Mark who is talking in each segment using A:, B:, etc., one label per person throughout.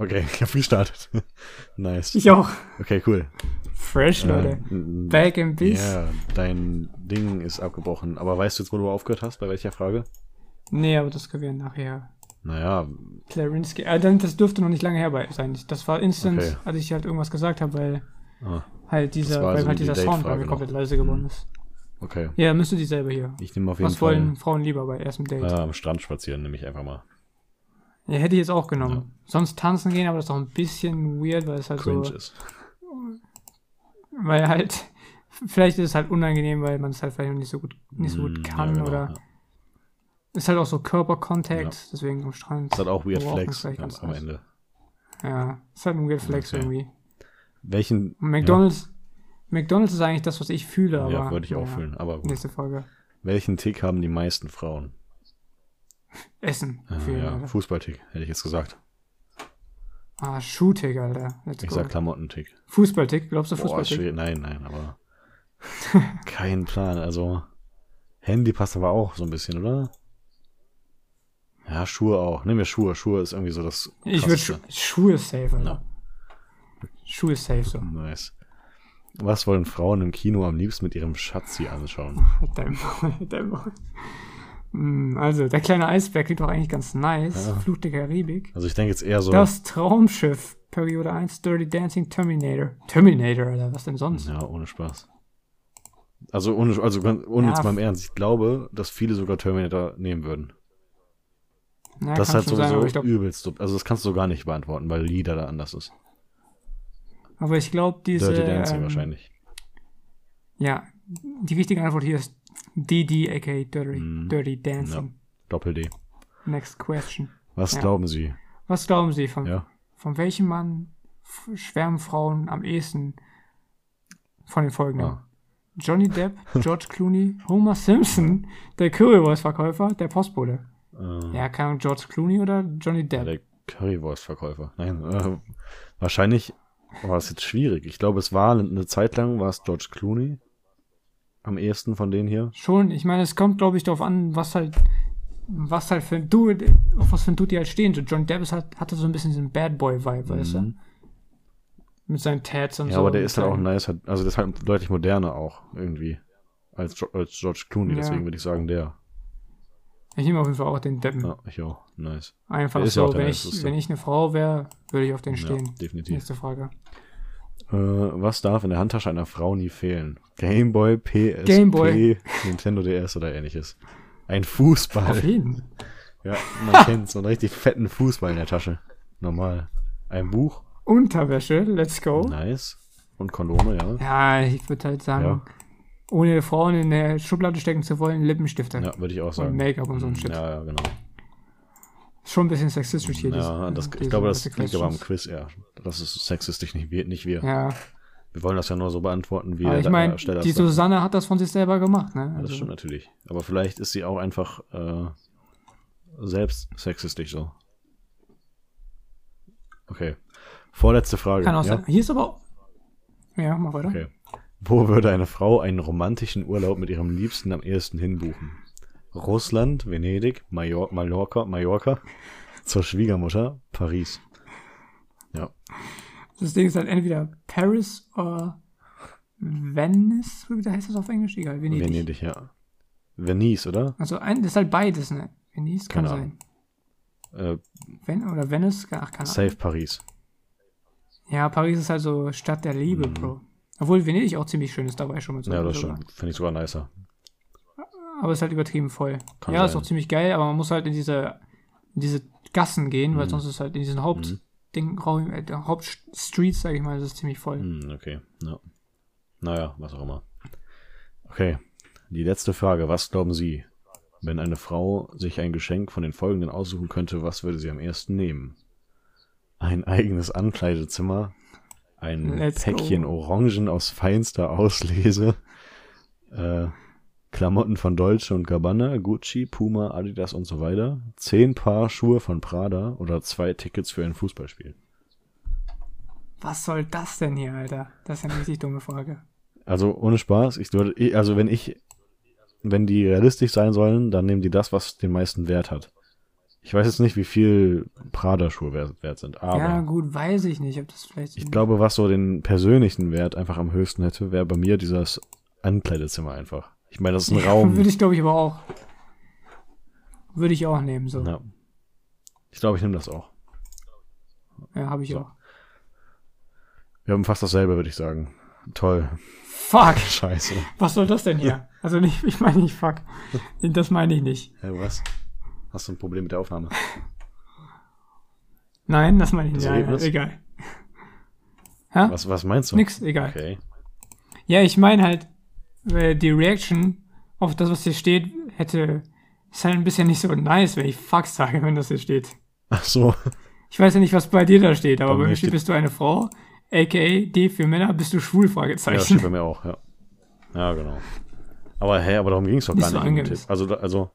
A: Okay, ich hab gestartet. nice.
B: Ich auch.
A: Okay, cool.
B: Fresh, Leute.
A: Ähm,
B: Back in
A: Ja,
B: Peace.
A: dein Ding ist abgebrochen. Aber weißt du jetzt, wo du aufgehört hast? Bei welcher Frage?
B: Nee, aber das können wir nachher.
A: Naja,
B: Klarinski. Ah, dann, das dürfte noch nicht lange her bei- sein. Das war instant,
A: Okay.
B: als ich halt irgendwas gesagt habe, weil
A: ah,
B: halt dieser,
A: Das war
B: weil
A: so
B: halt
A: die
B: dieser Sound bei
A: Date-Frage
B: mir
A: noch.
B: komplett leise geworden ist.
A: okay.
B: Ja, müsste die selber hier.
A: Ich nehme auf jeden
B: Was
A: Fall
B: wollen Frauen lieber bei erstem Date?
A: Ah, am Strand spazieren, nehme ich einfach mal.
B: Ja, hätte ich jetzt auch genommen. Sonst tanzen gehen, aber das ist doch ein bisschen weird, weil es halt
A: Cringe
B: so.
A: ist.
B: Weil halt. Vielleicht ist es halt unangenehm, weil man es halt vielleicht noch nicht so gut, nicht so gut
A: Mm, ja,
B: kann
A: genau,
B: oder.
A: ja.
B: Ist halt auch so Körperkontakt, deswegen am Strand.
A: Ist halt auch Weird
B: Wow,
A: Flex
B: vielleicht
A: am,
B: ganz
A: am
B: nice.
A: Ende.
B: Ja, ist halt ein Weird Flex
A: Okay.
B: irgendwie.
A: Welchen.
B: Und McDonalds, McDonalds ist eigentlich das, was ich fühle,
A: Ja,
B: aber.
A: ja würde ich auch
B: naja,
A: fühlen. Aber gut.
B: Nächste Folge.
A: Welchen Tick haben die meisten Frauen?
B: Essen.
A: Ah,
B: Für,
A: ja, Fußballtick, hätte ich jetzt gesagt.
B: Ah, Schuhtick, Alter. Let's
A: Ich
B: go.
A: sag Klamottentick.
B: Fußballtick, glaubst du
A: Boah,
B: Fußballtick?
A: schwierig. Nein, nein, aber. kein Plan. Also. Handy passt aber auch so ein bisschen, oder? Ja, Schuhe auch. Nehmen wir Schuhe. Schuhe ist irgendwie so das.
B: ich würde Schu
A: Krasseste.
B: Schuhe ist safe, Alter.
A: Ja.
B: Schuhe ist safe so.
A: Nice. Was wollen Frauen im Kino am liebsten mit ihrem Schatzi anschauen?
B: Halt dein Maul, halt dein Maul. Hm, Also, der kleine Eisberg klingt doch eigentlich ganz nice.
A: Ja.
B: Fluch der Karibik.
A: Also ich denke jetzt eher so.
B: Das Traumschiff, Periode 1, Dirty Dancing Terminator. Terminator, Alter, was denn sonst?
A: Ja, ohne Spaß. Also ohne, also ganz- ohne
B: Ja,
A: jetzt mal im
B: f-
A: Ernst, ich glaube, dass viele sogar Terminator nehmen würden.
B: Na,
A: das ist halt sowieso
B: aber ich glaube,
A: übelst. dumm. Also das kannst du gar nicht beantworten, weil Lieder da anders ist.
B: aber ich glaub, diese.
A: Dirty Dancing
B: ähm,
A: wahrscheinlich.
B: Ja, die richtige Antwort hier ist DD, aka Dirty,
A: Mhm.
B: Dirty Dancing.
A: Doppel D.
B: Next question.
A: Was
B: Ja. Hm.
A: glauben Sie?
B: Was glauben Sie, von,
A: Ja.
B: von welchem Mann f- schwärmen Frauen am ehesten von den folgenden?
A: Ah.
B: Johnny Depp, George Clooney, Homer Simpson, der Currywurst-Verkäufer, der Postbote.
A: Äh,
B: Ja, keine Ahnung, George Clooney oder Johnny Depp?
A: Der Currywurst-Verkäufer. Nein, äh, wahrscheinlich war es jetzt schwierig. Ich glaube, es war eine Zeit lang war es George Clooney am ehesten von denen hier.
B: Schon, ich meine, es kommt, glaube ich, darauf an, was halt, was halt für ein Dude, auf was für ein Dude die halt stehen. So John Davis hat, halt, hatte so ein bisschen diesen Bad Boy-Vibe, weißt du? Mit seinen Tats und
A: Mhm. Ja,
B: so.
A: aber der
B: mit
A: ist halt auch
B: seinen-
A: nice, halt- also der ist halt deutlich moderner auch irgendwie als, Jo- als George Clooney.
B: Ja.
A: Deswegen würde ich sagen, der.
B: Ich nehme auf jeden Fall auch den Deppen.
A: Ja, ich auch. Nice.
B: Einfach
A: Der ist ja auch
B: so,
A: der
B: wenn ich,
A: Niceste.
B: wenn ich eine Frau wäre, würde ich auf den
A: Ja,
B: stehen.
A: definitiv.
B: Nächste Frage.
A: Äh, was darf in der Handtasche einer Frau nie fehlen? Gameboy, PSP,
B: Gameboy.
A: Nintendo DS oder ähnliches. Ein
B: Auf
A: Fußball.
B: jeden.
A: ja, man kennt so einen richtig fetten Fußball in der Tasche. Normal. Ein Buch.
B: Unterwäsche, let's go.
A: Nice. Und Kondome, ja.
B: Ja, ich würde halt sagen,
A: Ja.
B: ohne Frauen in der Schublade stecken zu wollen, Lippenstifte.
A: Ja, würde ich auch
B: Und
A: sagen.
B: Make-up und so ein Shit.
A: Ja, ja, genau.
B: Schon ein bisschen sexistisch hier. äh,
A: Ja,
B: diese-
A: das, ich
B: diese
A: glaube, das
B: ganze
A: liegt aber am
B: Questions.
A: Quiz eher. Das ist sexistisch, nicht wir. Nicht wir.
B: Ja,
A: wir wollen das ja nur so beantworten, wie
B: aber
A: der
B: ich meine,
A: Ersteller
B: die
A: äh, das sagt.
B: Susanne hat das von sich selber gemacht, ne?
A: Ja, das stimmt natürlich. Aber vielleicht ist sie auch einfach äh, selbst sexistisch so. Okay. Vorletzte Frage.
B: Kann auch
A: ja?
B: sein. Hier ist aber. Ja, mach weiter.
A: Okay. Wo würde eine Frau einen romantischen Urlaub mit ihrem Liebsten am ehesten hinbuchen? Russland, Venedig, Major Mallorca, Mallorca, zur Schwiegermutter, Paris. Ja,
B: Das Ding ist halt entweder Paris oder Venice, wie heißt das auf Englisch? Egal, Venedig.
A: Venedig, ja. Venice, oder?
B: Also ein, das ist halt beides, ne? Venice kann
A: Keine Äh,
B: sein. Ven oder Venice, ach, keine Ahnung.
A: safe Paris.
B: Ja, Paris ist halt so Stadt der Liebe, Bro. Obwohl Venedig auch ziemlich schön ist dabei schon mit so
A: Mhm. Ja,
B: Also, einem
A: das
B: sogar.
A: stimmt. Finde ich sogar nicer.
B: Aber ist halt übertrieben voll.
A: Kann
B: ja, ist
A: sein.
B: auch ziemlich geil, aber man muss halt in diese, in diese Gassen gehen,
A: Mhm.
B: weil sonst ist halt in diesen Hauptding, Raum, äh, der Hauptstreets, sag ich mal, das ist ziemlich voll.
A: Hm, okay, ja. Naja, was auch immer. Okay, die letzte Frage. Was glauben Sie, wenn eine Frau sich ein Geschenk von den folgenden aussuchen könnte, was würde sie am ersten nehmen? Ein eigenes Ankleidezimmer, ein
B: Let's
A: Päckchen
B: go.
A: Orangen aus feinster Auslese, äh, Klamotten von Dolce und Gabbana, Gucci, Puma, Adidas und so weiter, zehn Paar Schuhe von Prada oder zwei Tickets für ein Fußballspiel.
B: Was soll das denn hier, Alter? Das ist ja eine richtig dumme Frage.
A: Also ohne Spaß, ich würde, ich- also wenn ich, wenn die realistisch sein sollen, dann nehmen die das, was den meisten Wert hat. Ich weiß jetzt nicht, wie viel Prada-Schuhe wert, wert sind, aber
B: ja, gut, weiß ich nicht, ob das vielleicht.
A: ich glaube, was so den persönlichen Wert einfach am höchsten hätte, wäre bei mir dieses Ankleidezimmer einfach. Ich meine, das ist ein Raum.
B: Würde ich, glaube ich, aber auch. Würde ich auch nehmen, so. Ja,
A: Ja. Ich glaube, ich nehme das auch.
B: habe ich
A: So.
B: auch.
A: Wir haben fast dasselbe, würde ich sagen. Toll.
B: Fuck!
A: Scheiße.
B: Was soll das denn hier? Also, nicht, ich meine nicht fuck. Das meine ich nicht.
A: Hä, was? Hast du ein Problem mit der Aufnahme?
B: Nein, das meine ich nicht.
A: Das eh
B: Ja, ja,
A: Ergebnis?
B: egal. Hä?
A: Was, was meinst du?
B: Nix, egal.
A: Okay.
B: Ja, ich meine halt, äh, die Reaction auf das, was hier steht, hätte. Ist halt ein bisschen nicht so nice, wenn ich fuck sage, wenn das hier steht.
A: Ach so.
B: Ich weiß ja nicht, was bei dir da steht, aber
A: Bei
B: bei
A: mir
B: mir steht,
A: steht-
B: bist du eine Frau, aka D für Männer, bist du schwul,
A: Ja,
B: Fragezeichen.
A: steht bei mir auch, ja. Ja, genau. Aber hä, aber darum ging es doch
B: Nicht
A: gar
B: so
A: nicht. im
B: angemessen.
A: Tipp. Also, da- also,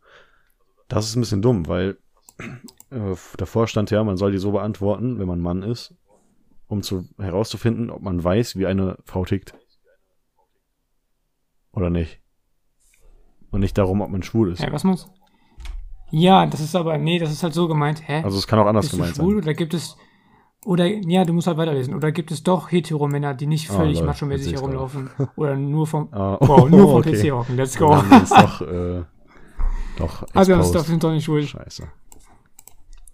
A: das ist ein bisschen dumm, weil äh, davor stand ja, man soll die so beantworten, wenn man Mann ist, um zu, herauszufinden, ob man weiß, wie eine Frau tickt. Oder nicht. Und nicht darum, ob man schwul ist.
B: Hä, was muss? Ja, das ist aber, nee, das ist halt so gemeint, hä?
A: Also es kann auch anders
B: bist du
A: gemeint
B: schwul
A: sein.
B: oder gibt es, oder, ja, du musst halt weiterlesen, oder gibt es doch Heteromänner, die nicht
A: Ah,
B: völlig
A: lol,
B: macho-mäßig
A: jetzt seh's
B: herumlaufen oder nur vom,
A: Ah,
B: wow, nur vom
A: okay.
B: PC hocken, let's
A: Dann
B: go.
A: haben wir uns doch, äh, doch
B: Also wir haben es
A: exposed.
B: doch sind doch nicht schuld.
A: Scheiße.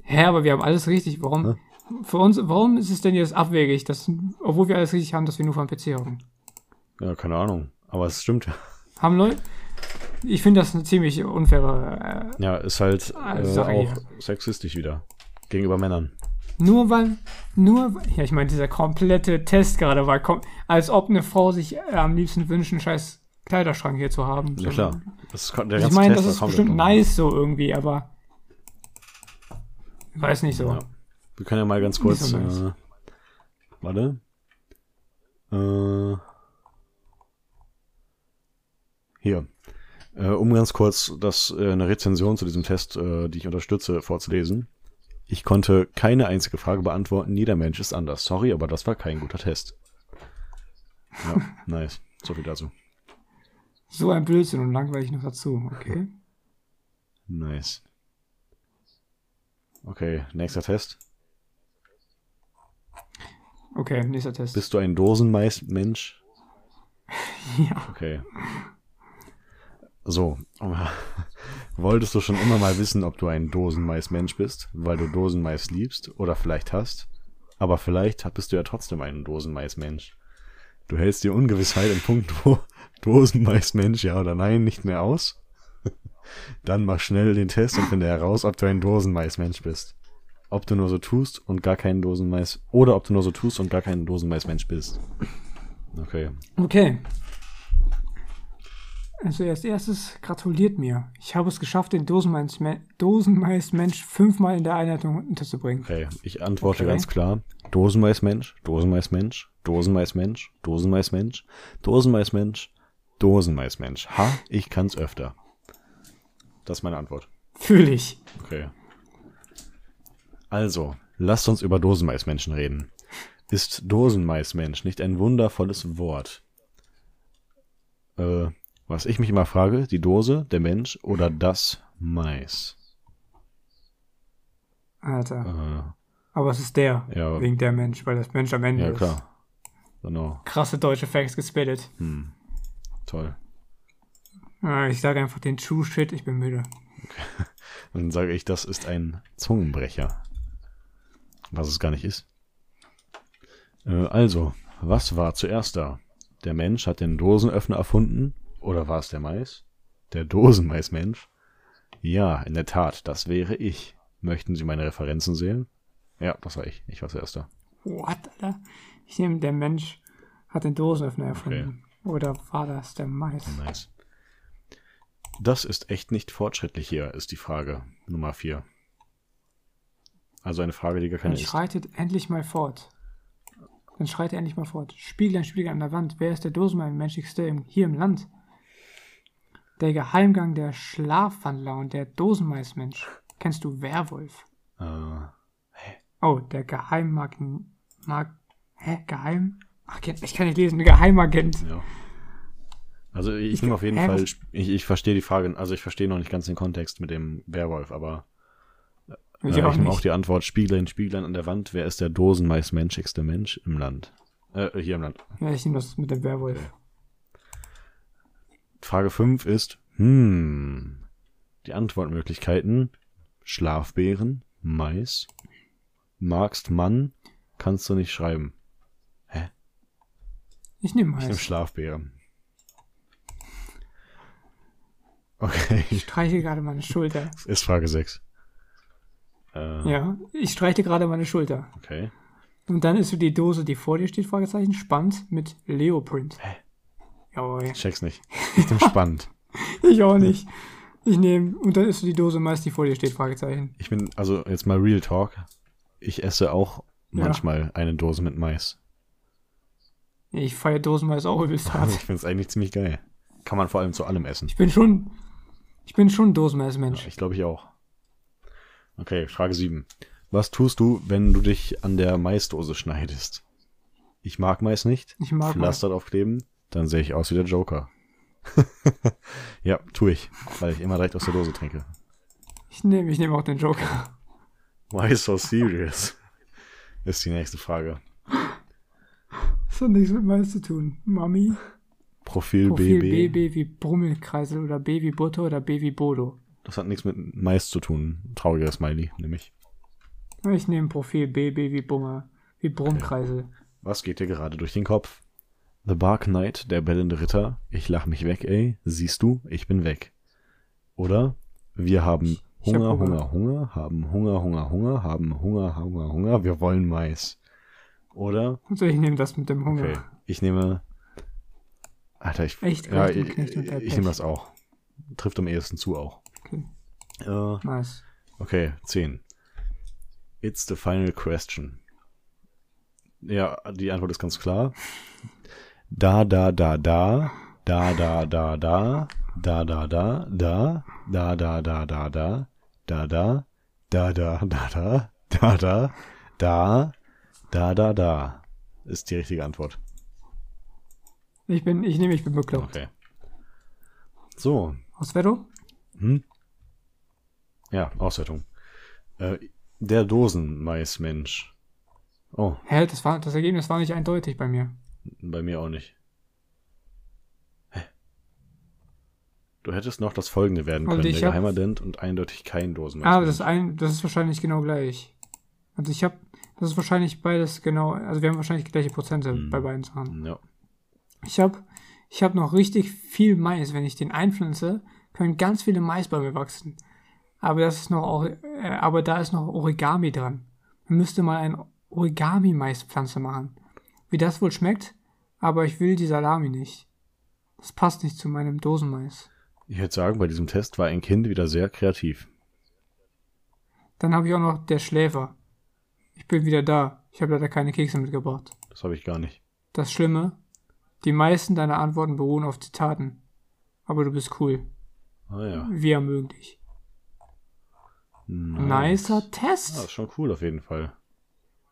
B: Hä, aber wir haben alles richtig, warum,
A: Hä?
B: für uns, warum ist es denn jetzt abwegig, dass, obwohl wir alles richtig haben, dass wir nur vom PC hocken?
A: Ja, keine Ahnung. Aber es stimmt ja.
B: Haben Leute, ich finde das eine ziemlich unfaire, äh,
A: Ja, ist halt
B: Ah,
A: äh,
B: sorry.
A: auch sexistisch wieder. Gegenüber Männern.
B: Nur weil, nur, weil- ja, ich meine, dieser komplette Test gerade war, kom als ob eine Frau sich äh, am liebsten wünscht, einen scheiß Kleiderschrank hier zu haben.
A: Ja,
B: So.
A: klar. Das kon- der
B: Also ich
A: ganze
B: meine,
A: Test
B: das
A: war
B: ist
A: komplett
B: bestimmt
A: normal.
B: nice so irgendwie, aber weiß nicht so.
A: Ja. Wir können ja mal ganz kurz.
B: so nice.
A: äh, warte. Äh, hier. Äh, um ganz kurz das, äh, eine Rezension zu diesem Test, äh, die ich unterstütze, vorzulesen. Ich konnte keine einzige Frage beantworten. Jeder Mensch ist anders. Sorry, aber das war kein guter Test. Ja, nice. So viel dazu.
B: So ein Blödsinn und langweilig noch dazu, okay?
A: Nice. Okay, nächster Test.
B: Okay, nächster Test.
A: Bist du ein Dosenmais-Mensch?
B: ja.
A: Okay. So. Wolltest du schon immer mal wissen, ob du ein Dosenmais-Mensch bist, weil du Dosenmais liebst oder vielleicht hast? Aber vielleicht bist du ja trotzdem ein Dosenmais-Mensch. Du hältst die Ungewissheit in puncto Dosenmais-Mensch, ja oder nein, nicht mehr aus? Dann mach schnell den Test und finde heraus, ob du ein Dosenmais-Mensch bist. Ob du nur so tust und gar keinen Dosenmais, oder ob du nur so tust und gar kein Dosenmais-Mensch bist. Okay.
B: Okay. Also als erstes gratuliert mir. Ich habe es geschafft, den Dosenmais- Dosenmais-Mensch fünfmal in der Einleitung unterzubringen.
A: Okay, ich antworte
B: Okay.
A: ganz klar. Dosenmaismensch, Dosenmaismensch, Dosenmaismensch, Dosenmaismensch, Dosenmaismensch, Dosenmaismensch. Ha, ich kann's öfter. Das ist meine Antwort.
B: Fühle ich.
A: Okay. Also, lasst uns über Dosenmaismenschen reden. Ist Dosenmaismensch nicht ein wundervolles Wort? Äh, was ich mich immer frage, die Dose, der Mensch oder das Mais?
B: Alter.
A: Äh,
B: Aber es ist der,
A: Ja.
B: wegen der Mensch, weil das Mensch am Ende
A: ja,
B: ist.
A: klar. Genau,
B: Krasse deutsche Facts gespittet.
A: toll.
B: Ah, Ich sage einfach den True Shit, ich bin müde.
A: Und dann sage ich, das ist ein Zungenbrecher. Was es gar nicht ist. Äh, also, was war zuerst da? Der Mensch hat den Dosenöffner erfunden? Oder war es der Mais? Der Dosenmaismensch? Ja, in der Tat, das wäre ich. Möchten Sie meine Referenzen sehen? Ja, das war ich. Ich war zuerst da.
B: What, Alter? Ich nehme, der Mensch hat den Dosenöffner erfunden. Oder war das der Mais?
A: Nice. Das ist echt nicht fortschrittlich hier, ist die Frage Nummer 4. Also eine Frage, die gar keine
B: Dann
A: ist.
B: schreitet endlich mal fort. Dann schreit endlich mal fort. Spieglein, Spieglein an der Wand. Wer ist der Dosenmenschigste im, hier im Land? Der Geheimgang der Schlafwandler und der Dosenmaismensch. Kennst du Werwolf?
A: Äh,
B: Oh, der Geheimagent. Mag, hä? Geheim? Ach, ich kann nicht lesen. Geheimagent.
A: Ja. Also ich,
B: Ich-
A: nehme auf jeden
B: hä,
A: Fall,
B: was-
A: ich, ich verstehe die Frage, also ich verstehe noch nicht ganz den Kontext mit dem Werwolf, aber Äh,
B: Will
A: ich nehme auch die Antwort Spieglein, Spieglein an der Wand. Wer ist der dosenmeist menschigste Mensch im Land? Äh, hier im Land.
B: ja, ich nehme das mit dem Werwolf.
A: Frage 5 ist, hm, die Antwortmöglichkeiten Schlafbeeren, Mais, magst Mann, kannst du nicht schreiben.
B: Ich nehme
A: Ich nehme
B: Mais.
A: Schlafbeere. Okay,
B: Ich streiche gerade meine Schulter.
A: ist Frage 6. Äh,
B: Ja, ich streiche gerade meine Schulter.
A: Okay.
B: Und dann ist so die Dose, die vor dir steht, Fragezeichen, spannend mit Leoprint. Hä? Jawohl.
A: Ich check's nicht. Ich bin spannend.
B: Ich auch nicht. Ich nehme, und dann ist so die Dose meist, die vor dir steht, Fragezeichen.
A: Ich bin, also jetzt mal Real Talk. Ich esse auch
B: Ja.
A: manchmal eine Dose mit Mais.
B: Ich feiere Dosenmeis auch übelst hart.
A: Ich find's eigentlich ziemlich geil. Kann man vor allem zu allem essen.
B: Ich bin schon, ich bin schon ein Dosenmeis-Mensch.
A: Ich glaube, ich auch. Okay, Frage 7. Was tust du, wenn du dich an der Maisdose schneidest? Ich mag Mais nicht.
B: Ich mag Mais.
A: Pflaster draufkleben, dann sehe ich aus wie der Joker. ja, tue ich, weil ich immer direkt aus der Dose trinke.
B: Ich nehme, ich nehme auch den Joker.
A: Why so serious? Ist die nächste Frage.
B: Das hat nichts mit Mais zu tun. Mami.
A: Profil,
B: Profil
A: BB.
B: BB wie Brummelkreisel oder B wie Butter oder B wie Bodo.
A: Das hat nichts mit Mais zu tun. Trauriger Smiley, nämlich.
B: Ich nehme Profil BB wie Bummer, wie Brummkreisel.
A: Was geht dir gerade durch den Kopf? The Bark Knight, der bellende Ritter. Ich lach mich weg, ey. Siehst du, ich bin weg. Oder wir haben
B: ich hab
A: Hunger,
B: Hunger.
A: Hunger, Hunger, haben Hunger, Hunger, Hunger, haben Hunger, Hunger, Hunger. Wir wollen Mais. Oder,
B: Also ich nehme das mit dem Hunger.
A: okay, ich nehme. Alter, ich.
B: Echt,
A: ja, ich,
B: Reichenknecht und
A: ich
B: Erbrecht.
A: nehme das auch. Trifft am ehesten zu auch.
B: Okay.
A: Äh,
B: Nice.
A: Okay, 10. It's the final question. Ja, die Antwort ist ganz klar. Da, da, da, da, da, da, da, da, da, da, da, da, da, da, da, da, da, da, da, da, da, da, da, da, da, da, da, da, da, ist die richtige Antwort.
B: Ich bin, ich nehme, ich bin bekloppt.
A: Okay. So,
B: Aus Veto?
A: Hm? Ja, Auswertung. Äh, der Dosenmaismensch. Oh,
B: Hä, das war, das Ergebnis war nicht eindeutig bei mir.
A: bei mir auch nicht. Hä? Du hättest noch das folgende werden
B: Also
A: können.
B: ich
A: der
B: hab-
A: Geheimagent und eindeutig kein Dosenmaismensch.
B: Ah, aber das ist ein, das ist wahrscheinlich genau gleich. Also ich habe, das ist wahrscheinlich beides genau, also wir haben wahrscheinlich gleiche Prozente
A: Hm.
B: bei beiden Sachen.
A: ja.
B: Ich habe ich hab noch richtig viel Mais. Wenn ich den einpflanze, können ganz viele Maisbäume wachsen. Aber das ist noch auch, äh, aber da ist noch Origami dran. Man müsste mal eine Origami-Maispflanze machen. Wie das wohl schmeckt, aber ich will die Salami nicht. Das passt nicht zu meinem Dosenmais.
A: Ich würde sagen, bei diesem Test war ein Kind wieder sehr kreativ.
B: Dann habe ich auch noch der Schläfer. Ich bin wieder da. Ich habe leider keine Kekse mitgebracht.
A: Das habe ich gar nicht.
B: Das Schlimme, die meisten deiner Antworten beruhen auf Zitaten. Aber du bist cool.
A: Ah ja.
B: Wir mögen dich.
A: Nice.
B: Nicer
A: Ah, ist
B: Test.
A: schon cool auf jeden Fall.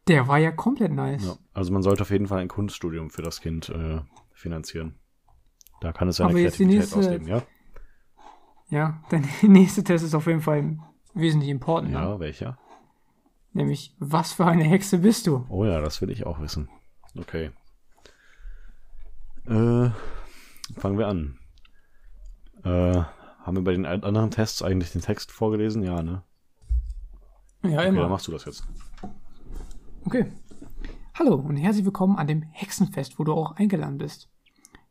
B: Der war ja komplett nice.
A: Ja. Also man sollte auf jeden Fall ein Kunststudium für das Kind äh, finanzieren. Da kann es seine
B: Aber jetzt die
A: Kreativität
B: nächste-
A: ausleben, ja?
B: Ja, der nächste Test ist auf jeden Fall wesentlich important. ne?
A: Ja, welcher?
B: Nämlich, was für eine Hexe bist du?
A: Oh ja, das will ich auch wissen. Okay. Äh, fangen wir an. Äh, haben wir bei den ein- anderen Tests eigentlich den Text vorgelesen? Ja, ne?
B: Ja,
A: Okay, dann
B: immer.
A: machst du das jetzt.
B: Okay. Hallo und herzlich willkommen an dem Hexenfest, wo du auch eingeladen bist.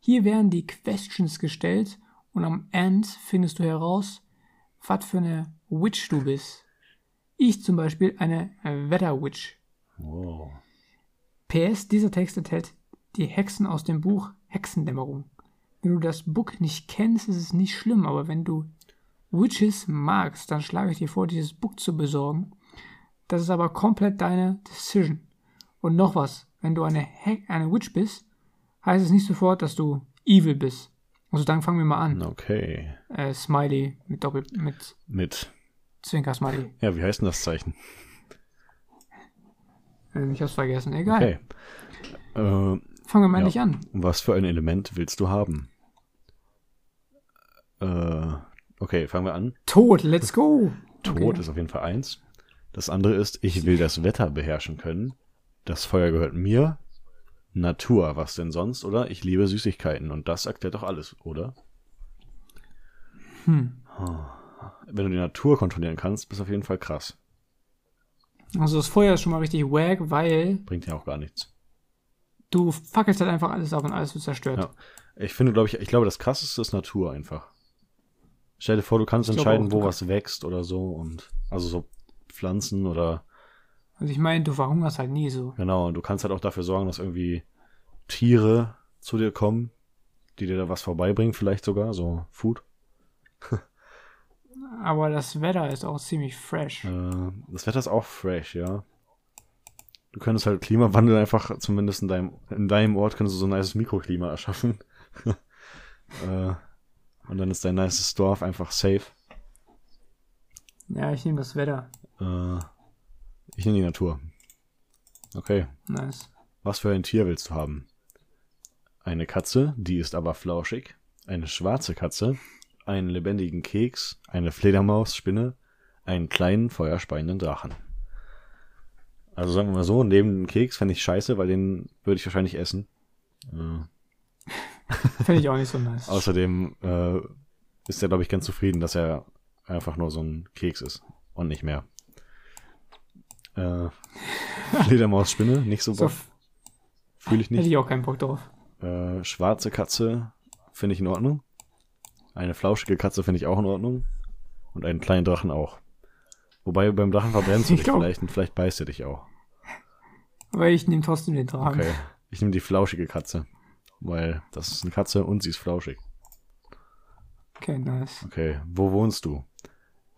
B: Hier werden die Questions gestellt und am End findest du heraus, was für eine Witch du bist. Ich zum Beispiel eine Wetterwitch.
A: Wow.
B: PS, dieser Text enthält die Hexen aus dem Buch Hexendämmerung. Wenn du das Book nicht kennst, ist es nicht schlimm, aber wenn du Witches magst, dann schlage ich dir vor, dieses Book zu besorgen. Das ist aber komplett deine Decision. Und noch was, wenn du eine, He eine Witch bist, heißt es nicht sofort, dass du evil bist. Also dann fangen wir mal an.
A: Okay.
B: Äh, Smiley mit Doppel, mit
A: Mit.
B: Zwinker-Smiley.
A: Ja, wie heißt denn das Zeichen?
B: Ähm, ich hab's vergessen, egal.
A: Okay. Äh,
B: Fangen wir mal
A: Ja.
B: nicht an.
A: was für ein Element willst du haben? Äh, okay, fangen wir an.
B: Tod, let's go!
A: Tod
B: Okay.
A: ist auf jeden Fall eins. Das andere ist, ich will das Wetter beherrschen können. Das Feuer gehört mir. Natur, was denn sonst, oder? Ich liebe Süßigkeiten und das erklärt doch alles, oder?
B: Hm.
A: Ah. Wenn du die Natur kontrollieren kannst, bist du auf jeden Fall krass.
B: Also das Feuer ist schon mal richtig wack, weil
A: Bringt ja auch gar nichts.
B: du fackelst halt einfach alles auf und alles wird zerstört.
A: Ja. Ich finde, glaube ich, ich glaube, das krasseste ist Natur einfach. Stell dir vor, du kannst
B: Ich glaube
A: entscheiden,
B: auch,
A: wo
B: du
A: was wächst oder so und also so Pflanzen oder
B: Also ich meine, du verhungerst halt nie so.
A: Genau, und du kannst halt auch dafür sorgen, dass irgendwie Tiere zu dir kommen, die dir da was vorbeibringen, vielleicht sogar, so Food.
B: Aber das Wetter ist auch ziemlich fresh.
A: Äh, das Wetter ist auch fresh, ja. Du könntest halt Klimawandel einfach, zumindest in deinem, in deinem Ort, könntest du so ein nices Mikroklima erschaffen. äh, und dann ist dein nices Dorf einfach safe.
B: Ja, ich nehme das Wetter.
A: Äh, ich nehme die Natur. Okay,
B: Nice.
A: Was für ein Tier willst du haben? Eine Katze, die ist aber flauschig, eine schwarze Katze, einen lebendigen Keks, eine Fledermaus, Spinne, einen kleinen feuerspeienden Drachen. Also sagen wir mal so, neben dem Keks fände ich scheiße, weil den würde ich wahrscheinlich essen. Äh,
B: Fände ich auch nicht so nice.
A: außerdem äh, ist er, glaube ich, ganz zufrieden, dass er einfach nur so ein Keks ist und nicht mehr. Äh, Fledermaus, Spinne, nicht so,
B: so
A: so fühle ich nicht.
B: hätte ich auch keinen Bock drauf.
A: Äh, schwarze Katze finde ich in Ordnung. Eine flauschige Katze finde ich auch in Ordnung. Und einen kleinen Drachen auch. Wobei beim Drachen verbrennst du
B: Ich
A: dich
B: glaub-
A: vielleicht und vielleicht beißt er dich auch.
B: Aber ich nehme trotzdem den Drachen.
A: Okay. Ich nehme die flauschige Katze. Weil das ist eine Katze und sie ist flauschig.
B: okay nice.
A: Okay. Wo wohnst du?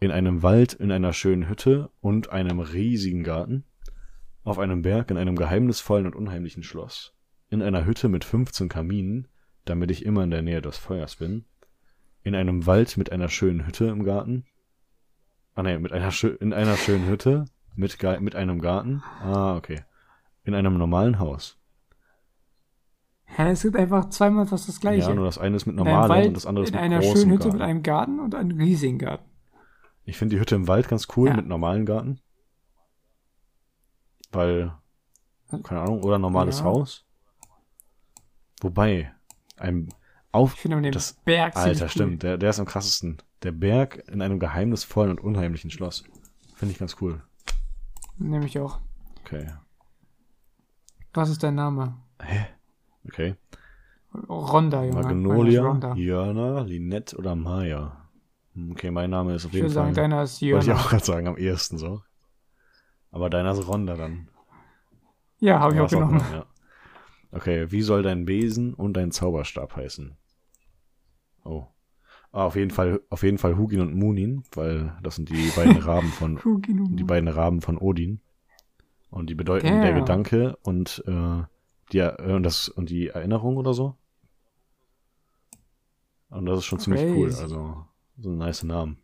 A: In einem Wald, in einer schönen Hütte und einem riesigen Garten. Auf einem Berg, in einem geheimnisvollen und unheimlichen Schloss. In einer Hütte mit 15 Kaminen, damit ich immer in der Nähe des Feuers bin. In einem Wald mit einer schönen Hütte im Garten. Ah ne, mit einer schö- in einer schönen Hütte mit, Ga- mit einem Garten. Ah, okay. In einem normalen Haus.
B: Hä, es gibt einfach zweimal fast das gleiche.
A: Ja, nur das eine ist mit
B: In einem
A: normalem
B: Wald,
A: und das andere ist
B: in
A: mit
B: einer
A: großem
B: schönen Hütte
A: Garten.
B: mit einem Garten und einem riesigen Garten.
A: Ich finde die Hütte im Wald ganz cool
B: Ja.
A: mit normalen Garten. Weil, keine Ahnung, oder normales
B: Ja.
A: Haus. Wobei, ein auf.
B: Ich finde aber den
A: Das-
B: Berg ziemlich
A: Alter,
B: cool.
A: stimmt, der, der ist am krassesten. Der Berg in einem geheimnisvollen und unheimlichen Schloss. Finde ich ganz cool.
B: Nehme ich auch.
A: Okay.
B: Was ist dein Name?
A: Okay.
B: Ronda, Junge. Meiner ist
A: Magnolia,
B: Ronda.
A: Jörna, Linette oder Maya? Hm, Okay, mein Name ist auf
B: Ich
A: jeden
B: würde sagen,
A: Fall.
B: deiner ist
A: Wollte ich
B: Jörn.
A: auch gerade sagen, am ehesten so. Aber deiner ist Ronda dann.
B: Ja, habe ich
A: Ja,
B: auch
A: ist auch
B: genommen.
A: genommen, ja. Okay, wie soll dein Besen und dein Zauberstab heißen? Oh. Ah, auf jeden Fall, auf jeden Fall Hugin und Munin, weil das sind die beiden Raben von
B: Kuginu.
A: die beiden Raben von Odin. Und die bedeuten der
B: Ja.
A: Gedanke und äh, die äh, und das und die Erinnerung oder so. Und das ist schon ziemlich cool,
B: Crazy.
A: also so ein nice Namen.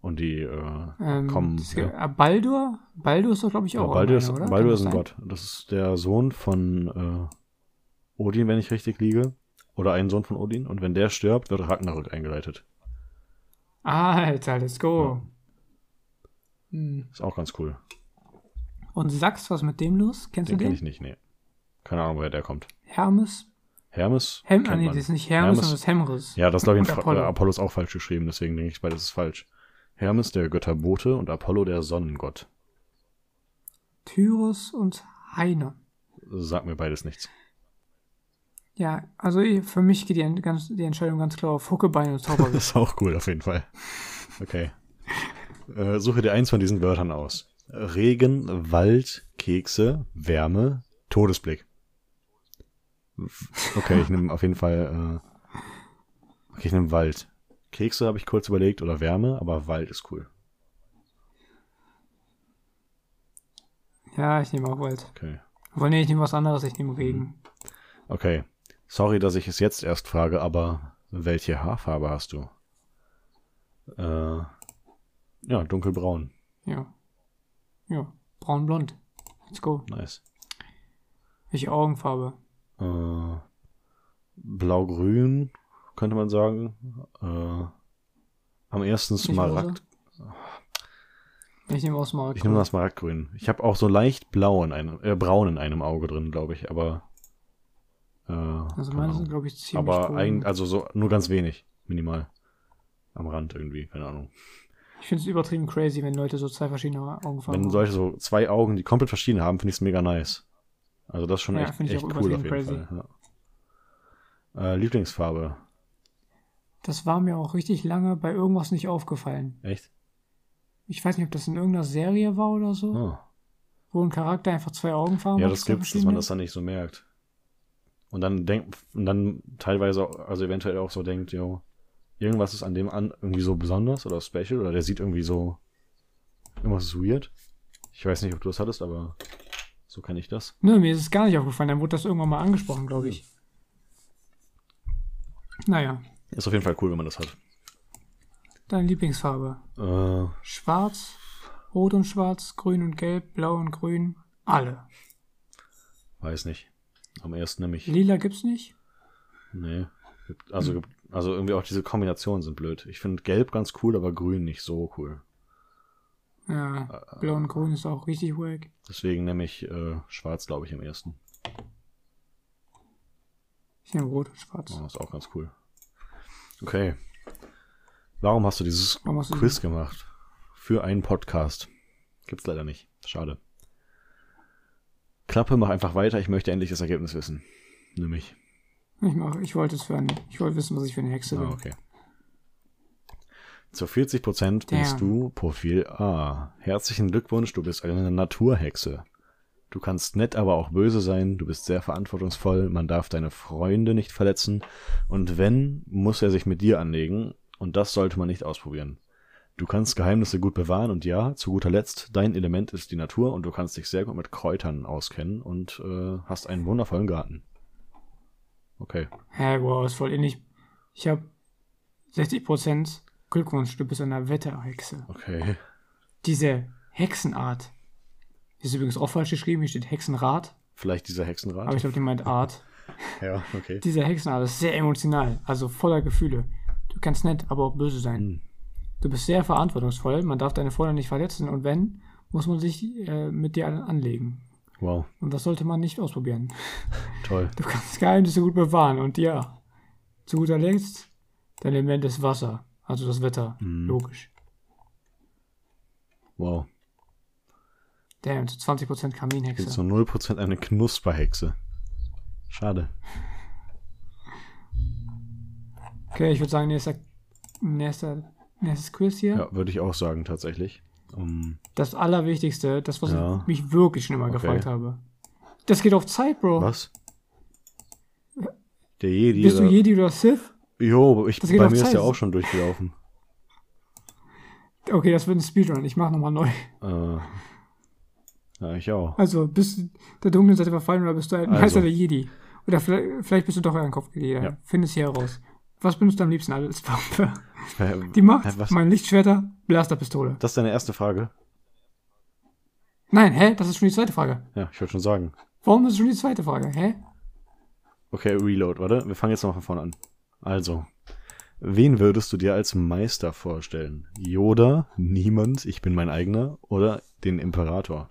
A: Und die äh,
B: ähm,
A: kommen,
B: das-
A: ja.
B: äh, Baldur? Baldur ist doch, glaube ich,
A: Ja,
B: auch
A: Baldur,
B: einer,
A: ist,
B: oder?
A: Baldur
B: Kann
A: ist ein
B: das sein?
A: Gott. Das ist der Sohn von äh, Odin, wenn ich richtig liege. Oder ein Sohn von Odin. Und wenn der stirbt, wird Ragnarök eingeleitet.
B: Alter, let's go. Hm.
A: Ist auch ganz cool.
B: Und Sachs, was mit dem los? Kennst
A: Den
B: du
A: kenne
B: den?
A: ich nicht, nee. Keine Ahnung, woher der kommt.
B: Hermes?
A: Hermes?
B: Hem
A: kennt
B: ah, nee,
A: man.
B: das ist nicht Hermes,
A: Hermes-
B: sondern das ist Hemris.
A: Ja, das glaube ich.
B: Und
A: Fra-
B: Apollo.
A: äh, Apollo ist auch falsch geschrieben, deswegen denke ich, beides ist falsch. Hermes, der Götterbote, und Apollo, der Sonnengott.
B: Tyros und Heine.
A: Sagt mir beides nichts.
B: Ja, also ich- für mich geht die, Ent- ganz, die Entscheidung ganz klar auf Huckebein und Zauberwiss.
A: Ist auch cool, auf jeden Fall. Okay. Äh, suche dir eins von diesen Wörtern aus. Regen, Wald, Kekse, Wärme, Todesblick. Okay, ich nehme auf jeden Fall. Äh, okay, ich nehme Wald. Kekse habe ich kurz überlegt oder Wärme, aber Wald ist cool.
B: ja, ich nehme auch Wald.
A: Okay.
B: Obwohl, nee, ich nehme was anderes, ich nehme Regen.
A: Okay. Sorry, dass ich es jetzt erst frage, aber welche Haarfarbe hast du? Äh, ja, dunkelbraun.
B: Ja. Ja, braun-blond. Let's go.
A: Nice.
B: Welche Augenfarbe?
A: äh, blau-grün, könnte man sagen. Äh, am ersten
B: Nicht rosa?
A: Smaragd.
B: Ich nehme aus Maul.
A: Ich nehme das Smaragdgrün. Ich habe auch so leicht blau in einem, äh, braun in einem Auge drin, glaube ich, aber. Äh, keine
B: Also meine sind,
A: Ahnung.
B: glaube ich, ziemlich
A: aber
B: grün.
A: ein, also so nur ganz wenig, minimal. Am Rand irgendwie, keine Ahnung.
B: Ich finde es übertrieben crazy, wenn Leute so zwei verschiedene Augenfarben
A: Wenn
B: haben.
A: solche so zwei Augen, die komplett verschieden haben, finde ich es mega nice. Also das ist schon
B: Ja,
A: echt,
B: finde ich
A: echt
B: auch
A: cool auf jeden
B: übertrieben
A: Fall. Ja. Äh, Lieblingsfarbe.
B: Das war mir auch richtig lange bei irgendwas nicht aufgefallen.
A: Echt?
B: Ich weiß nicht, ob das in irgendeiner Serie war oder so,
A: Oh.
B: wo ein Charakter einfach zwei Augenfarben
A: Ja,
B: hat.
A: das
B: zwei
A: gibt's, dass man
B: verschiedene.
A: das dann nicht so merkt. Und dann denkt, und dann teilweise, auch- also eventuell auch so denkt, jo, irgendwas ist an dem an irgendwie so besonders oder special oder der sieht irgendwie so, irgendwas ist weird. Ich weiß nicht, ob du das hattest, aber so kann ich das.
B: Nö, mir ist es gar nicht aufgefallen. Dann wurde das irgendwann mal angesprochen, glaube ich. Naja,
A: Ist auf jeden Fall cool, wenn man das hat.
B: deine Lieblingsfarbe.
A: Äh,
B: Schwarz, Rot und Schwarz, Grün und Gelb, Blau und Grün. Alle.
A: weiß nicht. Am ersten nämlich.
B: Lila gibt's nicht.
A: Nee. Gibt- Also, gibt- also irgendwie auch diese Kombinationen sind blöd. Ich finde gelb ganz cool, aber grün nicht so cool.
B: Ja, Blau und Grün ist auch richtig wack.
A: Deswegen nehme ich äh, schwarz, glaube ich, am ersten.
B: Ich nehme Rot und Schwarz.
A: Oh, ist auch ganz cool. Okay. Warum hast du dieses
B: Warum hast du
A: Quiz gemacht? Für einen Podcast. Gibt's leider nicht. Schade. Klappe, mach einfach weiter. Ich möchte endlich das Ergebnis wissen. Nämlich.
B: Ich, mach, ich wollte es für einen, ich wollte wissen, was ich für eine Hexe
A: Ah,
B: bin.
A: okay. Zu 40%
B: Damn.
A: bist du Profil A. Herzlichen Glückwunsch, du bist eine Naturhexe. Du kannst nett, aber auch böse sein, du bist sehr verantwortungsvoll, man darf deine Freunde nicht verletzen und wenn, muss er sich mit dir anlegen und das sollte man nicht ausprobieren. Du kannst Geheimnisse gut bewahren und ja, zu guter Letzt, dein Element ist die Natur und du kannst dich sehr gut mit Kräutern auskennen und äh, hast einen wundervollen Garten. Okay.
B: Hä, wow, ist voll ähnlich. Ich habe 60% Glückwunsch, du bist eine Wetterhexe.
A: Okay.
B: Diese Hexenart. Ist übrigens auch falsch geschrieben, hier steht Hexenrat,
A: Vielleicht dieser Hexenrat.
B: aber ich glaube, die meint Art.
A: Ja, okay.
B: Diese Hexenart ist sehr emotional, also voller Gefühle. Du kannst nett, aber auch böse sein.
A: Hm.
B: Du bist sehr verantwortungsvoll, man darf deine Freunde nicht verletzen und wenn, muss man sich äh, mit dir an- anlegen.
A: Wow,
B: Und das sollte man nicht ausprobieren.
A: toll.
B: Du kannst Geheimnisse gut bewahren und ja, zu guter Letzt, dein Element ist Wasser, also das Wetter,
A: Mhm.
B: logisch.
A: Wow.
B: Damn, zu 20%
A: Gibt
B: Kaminhexe.
A: nur 0% eine Knusperhexe. Schade.
B: Okay, ich würde sagen, nächster, nächster, nächstes Quiz hier.
A: Ja, würde ich auch sagen, tatsächlich. Um,
B: Das Allerwichtigste, das, was
A: Ja.
B: ich mich wirklich schon immer
A: Okay.
B: gefragt habe. Das geht auf Zeit, Bro.
A: was? Der Jedi.
B: Oh. Bist
A: oder-
B: du Jedi oder Sith?
A: Jo, ich,
B: Das geht
A: bei
B: auf
A: mir ist
B: Zeit.
A: der auch schon durchgelaufen.
B: Okay, das wird ein Speedrun. Ich mache nochmal neu.
A: äh, ja, ich auch.
B: Also, bist du der dunklen Seite verfallen oder bist du ein
A: Also.
B: Meister der Jedi? Oder vielleicht, vielleicht bist du doch ein Kopfgeleger.
A: Ja.
B: Findest hier heraus. Was benutzt du am liebsten als Waffe?
A: Äh,
B: Die Macht,
A: äh, Was?
B: mein Lichtschwerter, Blasterpistole.
A: Das ist deine erste Frage?
B: Nein, hä? Das ist schon die zweite Frage.
A: Ja, ich würde schon sagen.
B: Warum ist es schon die zweite Frage? Hä?
A: Okay, Reload, warte. Wir fangen jetzt noch von vorne an. Also, wen würdest du dir als Meister vorstellen? Yoda, niemand, ich bin mein eigener oder den Imperator?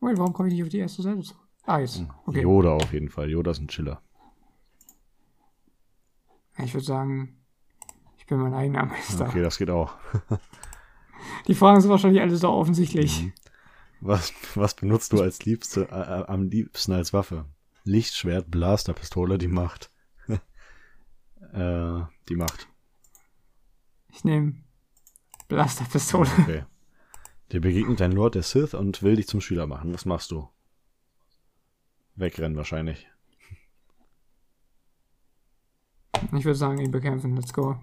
B: Wait, warum komme ich nicht auf die erste Seite zurück? Ah, jetzt.
A: Hm,
B: Okay.
A: Yoda auf jeden Fall. Yoda ist ein Chiller.
B: Ich würde sagen, ich bin mein eigener Meister.
A: Okay, das geht auch.
B: Die Fragen sind wahrscheinlich alle so offensichtlich.
A: Mhm. Was, was benutzt du als liebste, äh, äh, am liebsten als Waffe? Lichtschwert, Blasterpistole, die Macht. äh, die Macht.
B: Ich nehme Blasterpistole.
A: Okay. Dir begegnet ein Lord der Sith und will dich zum Schüler machen. Was machst du? Wegrennen wahrscheinlich.
B: Ich würde sagen, ihn bekämpfen. Let's go.